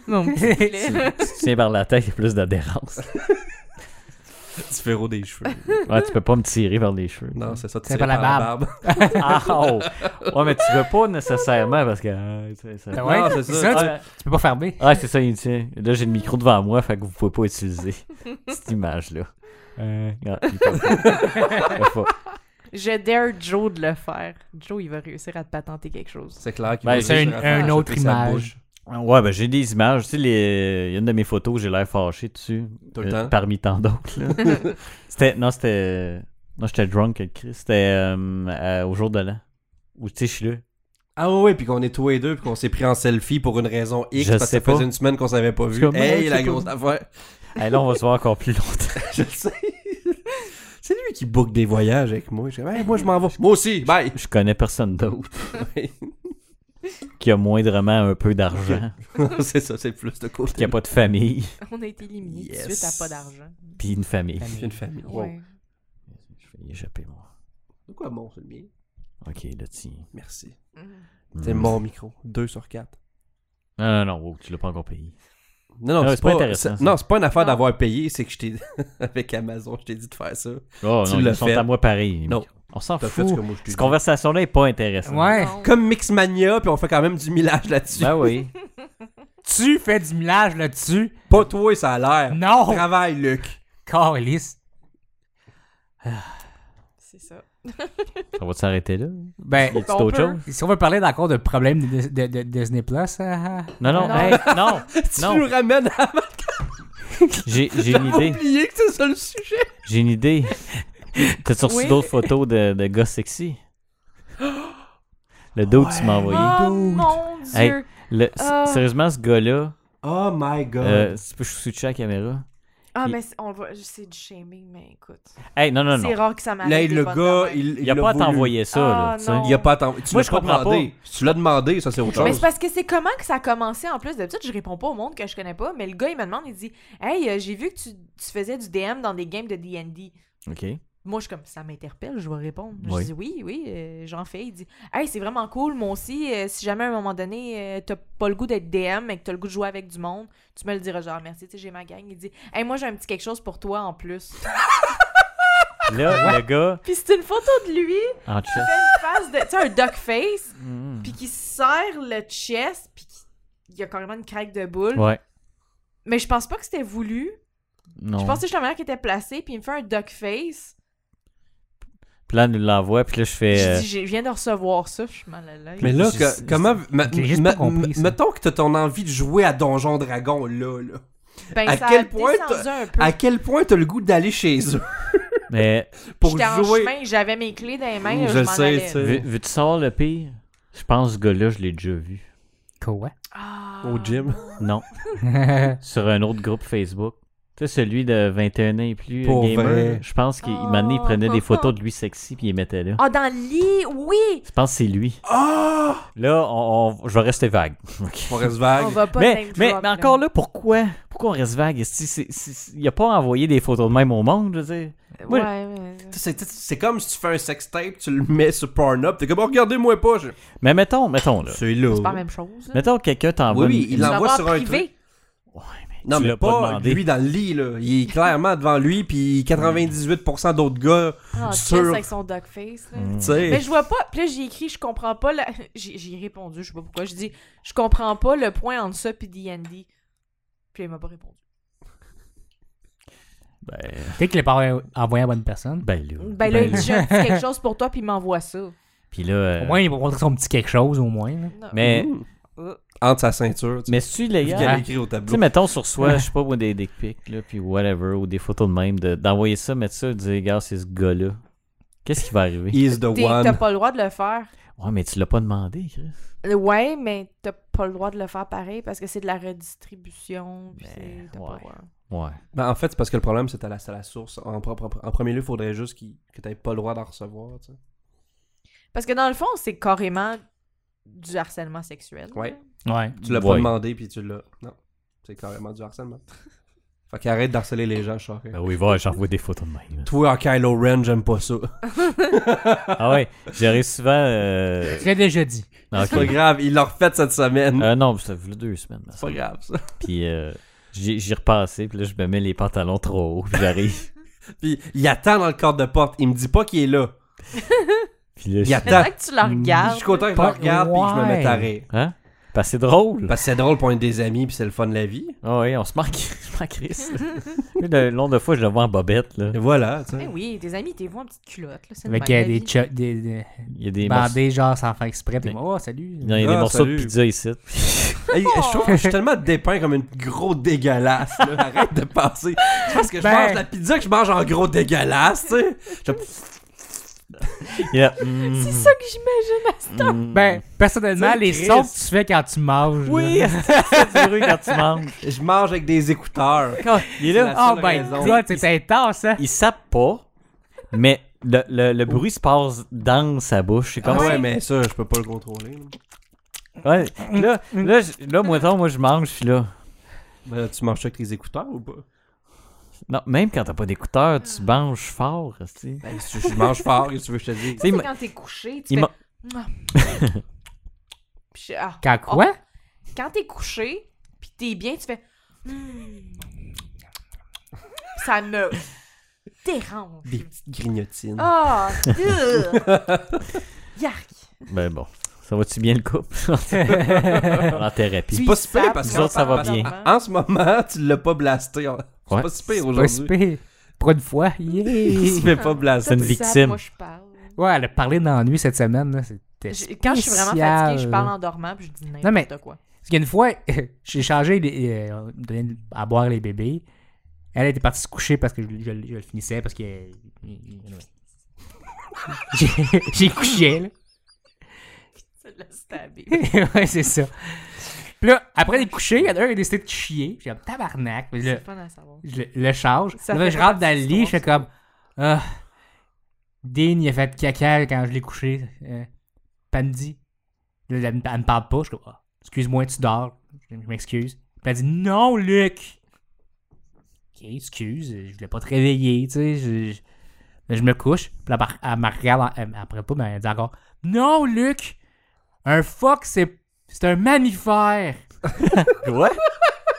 Non, petit poulet. tu tiens par la tête, il y a plus d'adhérence. Petit ferro des cheveux. Ouais, tu peux pas me tirer par les cheveux. Non, c'est ça. tu C'est tires pas la par barbe. Ah, oh. Ouais, mais tu veux pas nécessairement parce que. euh, tu sais, ça- Ben Ah, ouais, Non, c'est c'est ça. ça, tu, tu peux pas fermer. ah, c'est ça, il tient. Là, j'ai le micro devant moi, fait que vous pouvez pas utiliser cette image-là. Ah, il parle pas. Il parle pas. Je dare Joe de le faire. Joe, il va réussir à te patenter quelque chose. C'est clair qu'il Ben, va c'est réussir une- à faire une autre échapper sa image. bouche. Ouais, ben j'ai des images. Tu sais, les... il y a une de mes photos, j'ai l'air fâché dessus. euh, Tout le temps. Parmi tant d'autres. là. c'était... Non, c'était... Non, j'étais drunk, le Chris. C'était euh, euh, au jour de l'an. Ou tu sais, je suis là. Ah oui, oui, puis qu'on est tous les deux, puis qu'on s'est pris en selfie pour une raison X, Je parce que sais ça faisait pas. une semaine qu'on s'avait pas vu. Parce que moi, Hey, je la sais pas. grosse affaire. Hey, là, on va se voir encore plus longtemps. Je le sais. C'est lui qui book des voyages avec moi. Je dis, Hey, moi, je m'en vais. Moi aussi, bye. Je connais personne d'autre qui a moindrement un peu d'argent, c'est ça, c'est plus de côté. qui a pas de famille, On a été éliminés tout de Yes. suite à pas d'argent. puis une famille. J'ai une famille. Wow. Ouais. Je vais y échapper, moi. C'est quoi mon, c'est le mien? Ok, là, tiens. Merci. Mhm. C'est Mm. mon micro. 2 sur 4. Non, non, non, wow, tu l'as pas encore payé. Non, non, Ah, c'est pas, intéressant. ça. Non, c'est pas une affaire Non. d'avoir payé, c'est que je t'ai. Avec Amazon, je t'ai dit de faire ça. Oh, Tu non, l'as ils sont fait. à moi pareil. Non. On s'en T'as fait ce que fout. moi je t'ai Cette dit. conversation-là est pas intéressante. Ouais. Non. Comme Mixmania, puis on fait quand même du millage là-dessus. Ben oui. Tu fais du millage là-dessus. Pas toi, ça a l'air. Non! Travaille, Luc. Carlis. C'est ça. On va s'arrêter là? Ben, Y a-tu On d'autres peut. choses? si on veut parler encore de problèmes de, de- de Disney Plus, ah, ah. Non, non, Non. hey, non. Tu Non. nous ramènes à J'ai j'ai une idée. oublier que c'est ça le sujet. J'ai une idée. T'as sorti Oui. d'autres photos de, de gars sexy? Le dos que tu m'as envoyé. Oh mon dieu! Hey. Le- s- Ah. Sérieusement, ce gars-là, Oh my god. euh, tu peux switcher la caméra? Ah, Il- mais c'est- on va... c'est du shaming, mais écoute. Hey, non, non, non. C'est rare que ça m'arrive. Là, des le bonnes gars, affaires. il, Il a l'a pas à voulu. t'envoyer ça, Ah, là, tu sais. non. Il a pas à t'envoyer. Tu Moi, l'as je pas comprends demandé. Si tu l'as demandé, ça c'est autre Mais chose. c'est parce que c'est comment que ça a commencé en plus. D'habitude, je réponds pas au monde que je connais pas, mais le gars, il me demande, il dit Hey, euh, j'ai vu que tu, tu faisais du DM dans des games de DD. OK. Moi, je suis comme ça m'interpelle, je vais répondre. Oui. Je dis oui, oui, euh, j'en fais. Il dit Hey, c'est vraiment cool, moi aussi. euh, si jamais à un moment donné, euh, t'as pas le goût d'être DM, mais que t'as le goût de jouer avec du monde, tu me le diras genre merci, tu sais, j'ai ma gang. Il dit Hey, moi j'ai un petit quelque chose pour toi en plus. Là, le gars, Puis c'est une photo de lui, en chest. une face de. Tu sais, un duck face, Mm. puis qui serre le chest, puis qui- il y a carrément une craque de boule. Ouais. Mais je pense pas que c'était voulu. Non. Je pensais justement qu'il était placé, puis il me fait un duck face. Puis là, il nous l'envoie, puis là, je fais... Je euh, dis Je viens de recevoir ça, je suis mal à l'aise. Mais là, Je- que- je- comment. ma- J'ai juste ma- pas compris, ma- ça. mettons que t'as ton envie de jouer à Donjon Dragon, là. là. Ben, à ça quel a point descendu un peu. À quel point t'as le goût d'aller chez eux Mais pour J'étais en jouer. chemin, j'avais mes clés dans les mains, Mm, je, je le m'en sais, allais. tu sais. veux- veux-tu savoir le pire? Je pense que ce gars-là, je l'ai déjà vu. Quoi? Ah. Au gym. Non. Sur un autre groupe Facebook. Tu sais, celui de 21 ans et plus, euh, Pour gamer, vrai. je pense qu'il Oh. maintenant, il prenait des photos de lui sexy, puis il les mettait là. Ah, dans le lit, oui! Je pense que c'est lui. Ah Là, on, on- je vais rester vague. OK. On reste vague. On va pas mais, name mais, drop, mais encore là, pourquoi pourquoi on reste vague? Est-ce que c'est- c'est- c'est- Il a pas envoyé des photos de même au monde, je veux dire. moi- Ouais, mais... Tu sais, C'est c'est comme si tu fais un sextape, tu le mets sur Pornhub, t'es comme, oh, regardez-moi pas. je- Mais mettons, mettons, là. C'est C'est pas la là. même chose. là. Mettons que quelqu'un t'envoie. Oui, oui, une- il Tu l'envoie vas sur en un privé. Non, Tu mais l'as pas, pas demandé. lui dans le lit, là. Il est clairement devant lui, puis 98% d'autres gars, Ah, Sur- Chris avec son duck face. là. Mm. tu Mais sais. je vois pas. Puis là, j'ai écrit, je comprends pas. La... J'ai j'ai répondu, je sais pas pourquoi. Je dis, je comprends pas le point entre ça pis D&D. Puis il m'a pas répondu. Ben, Peut-être qu'il l'a pas envoyé- envoyé à la bonne personne. ben là. Ben là, il là. dit, j'ai un petit quelque chose pour toi, puis il m'envoie ça. Puis là. euh, Au moins, il va montrer son petit quelque chose, au moins. là. Non. Mais Mmh. Euh, entre sa ceinture. Mais Mais c'est-tu vu légal? qu'elle hein. écrit au Tu sais, tableau. mettons sur soi, je sais pas, moi, des dick pics, là, puis whatever, ou des photos de même, de- d'envoyer ça, mettre ça, dire, gars, c'est ce gars-là. Qu'est-ce qui va arriver? He's the T'es- T'as one. pas le droit de le faire. Ouais, mais tu l'as pas demandé, Chris. Euh, Ouais, mais t'as pas le droit de le faire pareil parce que c'est de la redistribution. pis c'est- t'as Ben, pas le ouais. droit. Ouais. Ben, en fait, c'est parce que le problème, c'est à la, c'est à la source. En, pro- pro- en premier lieu, il faudrait juste qu'il- que t'aies pas le droit d'en recevoir. tu sais. Parce que dans le fond, c'est carrément du harcèlement sexuel. Ouais. là. Ouais. Tu l'as pas Ouais. demandé, puis tu l'as. Non. C'est carrément du harcèlement. fait qu'arrête d'harceler les gens, Charles. Ben oui, va, j'envoie des photos de même. là. Toi, en Kylo Ren, j'aime pas ça. Ah ouais, j'arrive souvent. Euh... Je l'ai déjà dit. ok. C'est pas grave, il l'a refait cette semaine. Euh, non, ça fait deux semaines. là, c'est ça. pas grave, ça. Puis euh, j'y j'y repassais, puis là, je me mets les pantalons trop hauts, puis j'arrive. Puis il attend dans le cadre de porte. Il me dit pas qu'il est là. Puis là, je- Il C'est pour attend. ça que tu la Je regardes. suis content que Mm, je le Pas- regarde, puis que je me mette à Ouais. rire. Hein? Parce que c'est drôle. Parce que c'est drôle pour être des amis, puis c'est le fun de la vie. Ah oui, on se manque. Je manque Chris. Puis le nombre de fois, je le vois en bobette, là. Et voilà, tu Eh sais. oui, tes amis, t'es vous en petite culotte. Là, c'est une Avec bonne euh, vie. des, cho- des, des Il y a des morceaux, bandés, genre, sans faire exprès. Puis Mais- moi, oh, salut. il y a des Ben, Ah, morceaux salut. de pizza ici. Hey, je trouve que je suis tellement dépeint comme une gros dégueulasse. là. Arrête de penser. Tu penses que je Ben. mange la pizza que je mange en gros dégueulasse, tu sais. Il y a, mm, C'est ça que j'imagine. mm. Ben, personnellement, Tu sais, les Chris. sons que tu fais quand tu manges. oui, là. c'est du bruit quand tu manges. Je mange avec des écouteurs. Ah Il est C'est là. la Oh, seule ben, raison. toi, c'est intense, hein. il sape pas, mais le, le, le bruit se passe dans sa bouche. C'est Ah comme ouais, mais ça, je peux pas le contrôler. là. Ouais, Là, là, je- là, moi, attends, moi, je mange, je suis là. Ben, là, tu manges ça avec tes écouteurs ou pas? Non, même quand t'as pas d'écouteurs, tu manges fort. Tu sais. Ben, si tu- je mange fort, qu'est-ce que tu veux que je te dise? Tu sais, C'est il m'a- quand t'es couché, tu il fais... m'a- Mouah. Puis je- ah. Quand quoi? Quand t'es couché, puis t'es bien, tu fais... Hmm. Ça me dérange. Des petites grignotines. Ah! ugh. Yark! Ben bon, ça va-tu bien le couple? en C'est thérapie. pas si pire, parce que- Nous autres, ça va bien. En ce moment, tu l'as pas blasté. hein. C'est Ouais. pas si pire Pas si aujourd'hui. pire. Pour une fois. yeah. Il se fait pas C'est blaster. une victime. Moi, je parle. Ouais, elle a parlé d'ennui cette semaine. Là. C'était Je- Quand je suis vraiment spécial, fatiguée, je là. parle en dormant, puis je dis Non, mais- n'importe quoi. Parce qu'une fois, j'ai changé les, euh, on me donnait à boire les bébés. Elle était partie se coucher parce que je, je- je le finissais, parce que. J'ai- J'ai couché, là. C'est de la stabée. ouais, c'est ça. Puis là, après les coucher, il y en a un qui a décidé de chier. J'ai comme tabarnak. Puis là, C'est fun à savoir. je le- le charge. Ça Là, fait je partie rentre dans du le lit, je sport, fais comme. Ah, Dean, il a fait caca quand je l'ai couché. Euh, puis elle me dit. Là, elle, me- elle me parle pas. Je suis comme, Ah, excuse-moi, tu dors. Je, je m'excuse. Puis elle dit, non, Luc! Ok, excuse, je voulais pas te réveiller, tu sais. Je, je- mais je me couche. Puis là, elle me- elle me regarde. en- Elle, après pas, mais elle dit encore, non, Luc! Un phoque, c'est. C'est un mammifère! Quoi?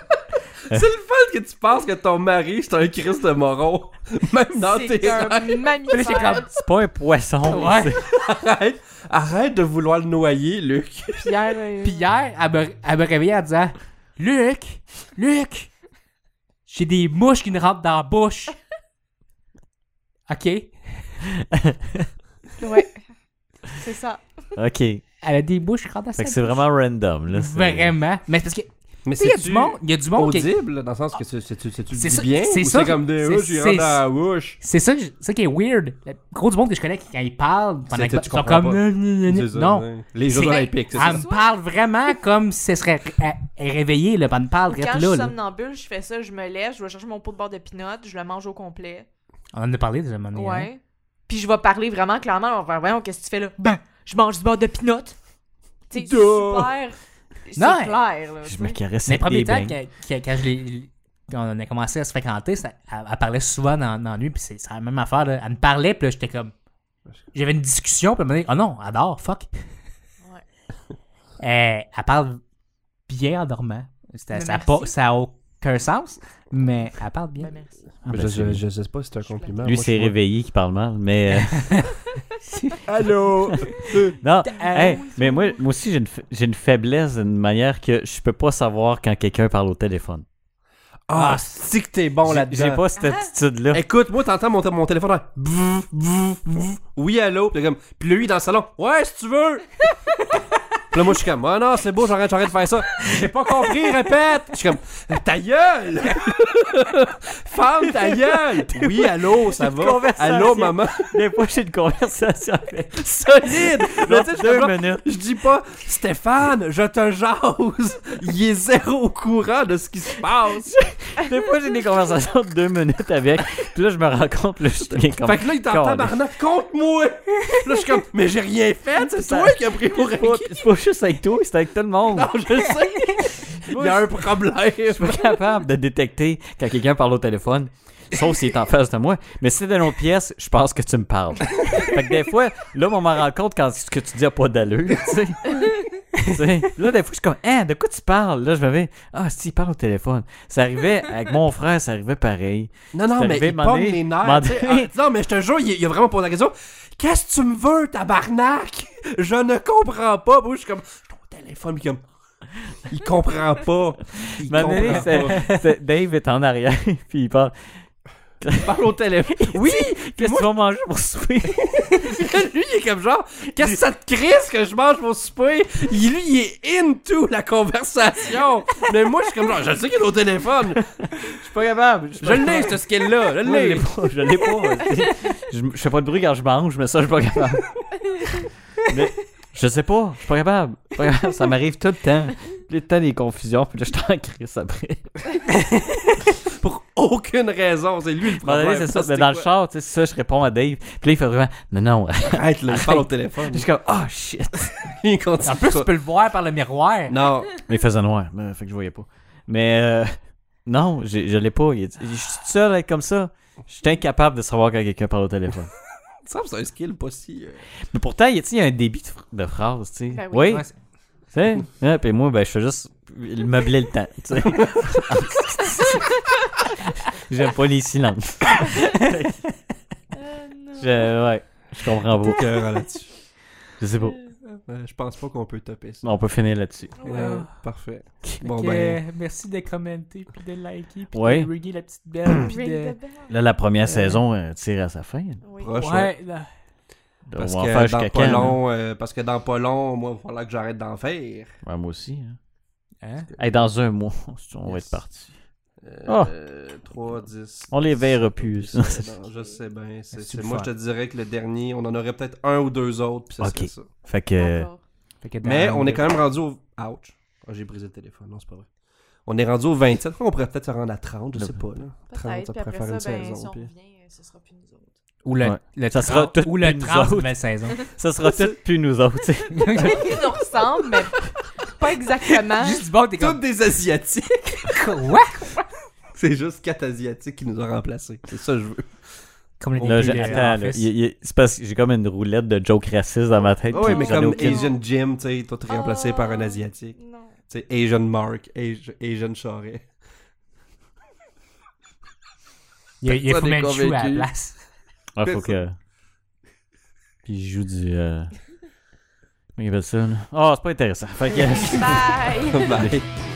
C'est le fun que tu penses que ton mari, c'est un Christ de moron. Même dans C'est tes un Puis là, j'étais mammifère. comme, C'est pas un poisson. ouais! Arrête, arrête de vouloir le noyer, Luc. Pierre. euh, Puis hier, elle me, elle me réveillait en disant Luc, Luc, j'ai des mouches qui me rentrent dans la bouche. OK. Elle Ouais. C'est ça. Ok. Fait a des mouches qui rentrent dans sa que c'est bouche. vraiment random. Là, c'est- Vraiment. Mais c'est parce que, tu Mais sais, il y a du monde, il y a du monde qui. audible, dans le sens que c'est- c'est- c'est- c'est- tu le C'est dis ça- bien, c'est ou ça c'est que- comme oh, des c'est- ouches, il rentre c'est- dans la bouche. C'est ça, que je- c'est ça qui est weird. Le gros du monde que je connais, quand ils parlent, pendant C'est- qu'ils tu sont comprends comme. pas. Gna, gna, gna, C'est ça, gna. Non. ouais. Les Jeux C'est- Ah, Olympiques, c'est ça. Elle me parle vraiment comme si elle serait ré- réveillée, là, pendant parle Quand là. je suis là. somnambule, je fais ça, je me lève, je vais chercher mon pot de beurre de pinot, je le mange au complet. On en a parlé déjà, mon Ouais. Puis je vais parler vraiment clairement. On va faire, voyons, qu'est-ce que tu fais là? Ben, je mange du beurre de pinot. C'est Duh. super. C'est Non, mais- clair, là. tu Je sais. me caresse Mais avec le premier des temps, beignes. que- que- quand je l'ai- on a commencé à se fréquenter, ça- elle, elle parlait souvent dans, dans la nuit, puis c'est c'est la même affaire. là. Elle me parlait, puis là, j'étais comme. J'avais une discussion, puis elle m'a dit, oh non, adore, fuck. Ouais. Euh, elle parle bien en dormant. C'était- Mais Ça n'a merci. aucun sens, mais elle parle bien. Ben, merci. Ah, ben, Je, c'est- je, je sais pas si c'est un compliment. Lui, Moi, c'est je- réveillé qui parle mal, mais... euh, Allô? non, Ah, hey, oui, mais moi, moi aussi, j'ai une, fa- j'ai une faiblesse d'une manière que je peux pas savoir quand quelqu'un parle au téléphone. Ah, si que t'es bon J'ai- là-dedans. J'ai pas cette Ah. attitude-là. Écoute, moi, t'entends mon, mon téléphone faire Bvouf, bvouf, bvouf. Oui, allô? Puis, comme, puis lui, dans le salon, ouais, si tu veux. Puis là, moi, je suis comme, ah non, c'est beau, j'arrête, j'arrête de faire ça. J'ai pas compris, répète. Je suis comme, ta gueule! Femme, ta gueule! Oui, allô, ça va? Conversation. Allô, maman? Des fois, j'ai une conversation avec Solide! Mais tu sais, je suis deux comme, minutes. je dis pas, Stéphane, je te jase. Il est zéro au courant de ce qui se passe. Des fois, j'ai des conversations de deux minutes avec. Puis là, je me rends compte, là, je deviens comme. Fait que là, il t'entend tabarnak contre moi. Là, je suis comme, mais j'ai rien fait, c'est Ça- toi qui as pris pour C'est pas- acquis. c'est pas juste avec toi, c'est avec tout le monde. Non, je sais. Il y a un problème. Je suis pas capable de détecter quand quelqu'un parle au téléphone, sauf s'il est en face de moi. Mais si c'est dans l'autre pièce, je pense que tu me parles. Fait que des fois, là, on m'en rend compte quand ce que tu dis a pas d'allure, tu sais. Tu sais. là, des fois, je suis comme, hein, de quoi tu parles? Là, je me vais, ah, si, il parle au téléphone. Ça arrivait, avec mon frère, ça arrivait pareil. Non, non, C'est mais arrivé, il m'en pomme est- les m'en nerfs. tu sais. est- Ah, non, mais je te jure, il, il a vraiment posé la question. Qu'est-ce que tu me veux, tabarnak? Je ne comprends pas. Moi, je suis comme, je suis au téléphone, puis comme, il comprend pas. Il Ma comprend année, c'est- pas. c'est- Dave est en arrière, puis il parle, Il parle au téléphone. Oui! qu'est-ce que moi- tu vas manger pour souper? Puis là, lui, il est comme genre, qu'est-ce que ça te crisse que je mange mon souper? Il, lui, il est into la conversation. Mais moi, je suis comme genre, je sais qu'il est au téléphone. Je suis pas capable. Je l'ai, ce skill-là. Je Moi, je l'ai l'ai. pas, je l'ai pas. je, je fais pas de bruit quand je mange, mais ça, je suis pas capable. Mais je sais pas, je suis pas capable. Je suis pas capable, Ça m'arrive tout le temps. Tout le temps des confusions, puis là, je t'en crisse après. Pour aucune raison. C'est lui le À un moment problème. donné, c'est ça, c'était mais dans le quoi? char, tu sais, ça, je réponds à Dave. Puis là, il fait vraiment, non, non. Arrête, là, il parle au téléphone. Je suis comme, oh shit. Il continue. En plus, tu peux le voir par le miroir. Non. Mais il faisait noir, mais, fait que je voyais pas. Mais euh, non, j'ai- je l'ai pas. Il- Je suis tout seul à être comme ça. Je suis incapable de savoir quand quelqu'un parle au téléphone. Ça, c'est un skill pas si. euh, Mais pourtant, il y a- tu sais, il y a un débit de, phr- de phrase, tu sais. Ben oui. oui, Ouais, c'est- Tu sais? Ouais, puis moi, ben, je fais juste meubler le temps, tu sais. J'aime pas les silences. Euh, non. Je, ouais, je comprends pas. Je sais pas. Ouais, euh, je pense pas qu'on peut topper ça. On peut finir là-dessus. Ouais, Ouais. parfait. Bon, Ok, ben. euh, Merci de commenter, puis de liker, puis Ouais. de riguer la petite belle, puis Ring de... the bell. Là, la première Euh. saison euh, tire à sa fin. Oui. Proche, ouais. Ouais, là. Là, Parce on va en faire que, dans jusqu'à pas quand? hein? là? long, euh, parce que dans pas long, moi, il va falloir que j'arrête d'en faire. Ouais, moi aussi. hein. Hein? Hey, dans un mois, on va Yes. être parti. Euh, Ah. euh, 3, 10. On les verra plus. Non, je sais bien. Qu'est-ce c'est- que tu c'est- veux Moi, je faire? te dirais que le dernier, on en aurait peut-être un ou deux autres, puis ça Ok. serait ça. Fait euh, que. Encore. Fait que dans- Mais on est quand même rendu au. Ouch. Ah, J'ai brisé le téléphone. Non, c'est pas vrai. On est rendu au 27. On pourrait peut-être se rendre à 30, je sais pas. Là. Peut-être, 30, ça puis pourrait après faire une ça, ben, si saison. on puis- revient, ce sera plus nous autres. Ou le, Ouais. le Ça sera 30 tout ou le nous 30 autres. de la saison. Ça sera tout plus nous autres, tu sais. Ils nous ressemblent, mais pas exactement. Juste du bord, t'es Toutes comme... des Asiatiques. Quoi? C'est juste quatre Asiatiques qui nous ont remplacés. C'est ça que je veux. Comme les Là, je- les- attends, là, Office. il- il- c'est parce que j'ai comme une roulette de jokes racistes dans ma tête. Ah oui, puis mais j'en ai comme aucune. Asian Jim, tu sais, toi, t'es remplacé par un Asiatique. Ah. Non. Tu sais, Asian Mark, Asi- Asian Charret. Il y a, il y a Personne Fu n'est Manchu à la convaincu. place. Ouais, Ah, faut que. Puis je joue du. Euh... Comment il appelle ça, là? Ah, c'est pas intéressant. Fait que. Bye! Bye.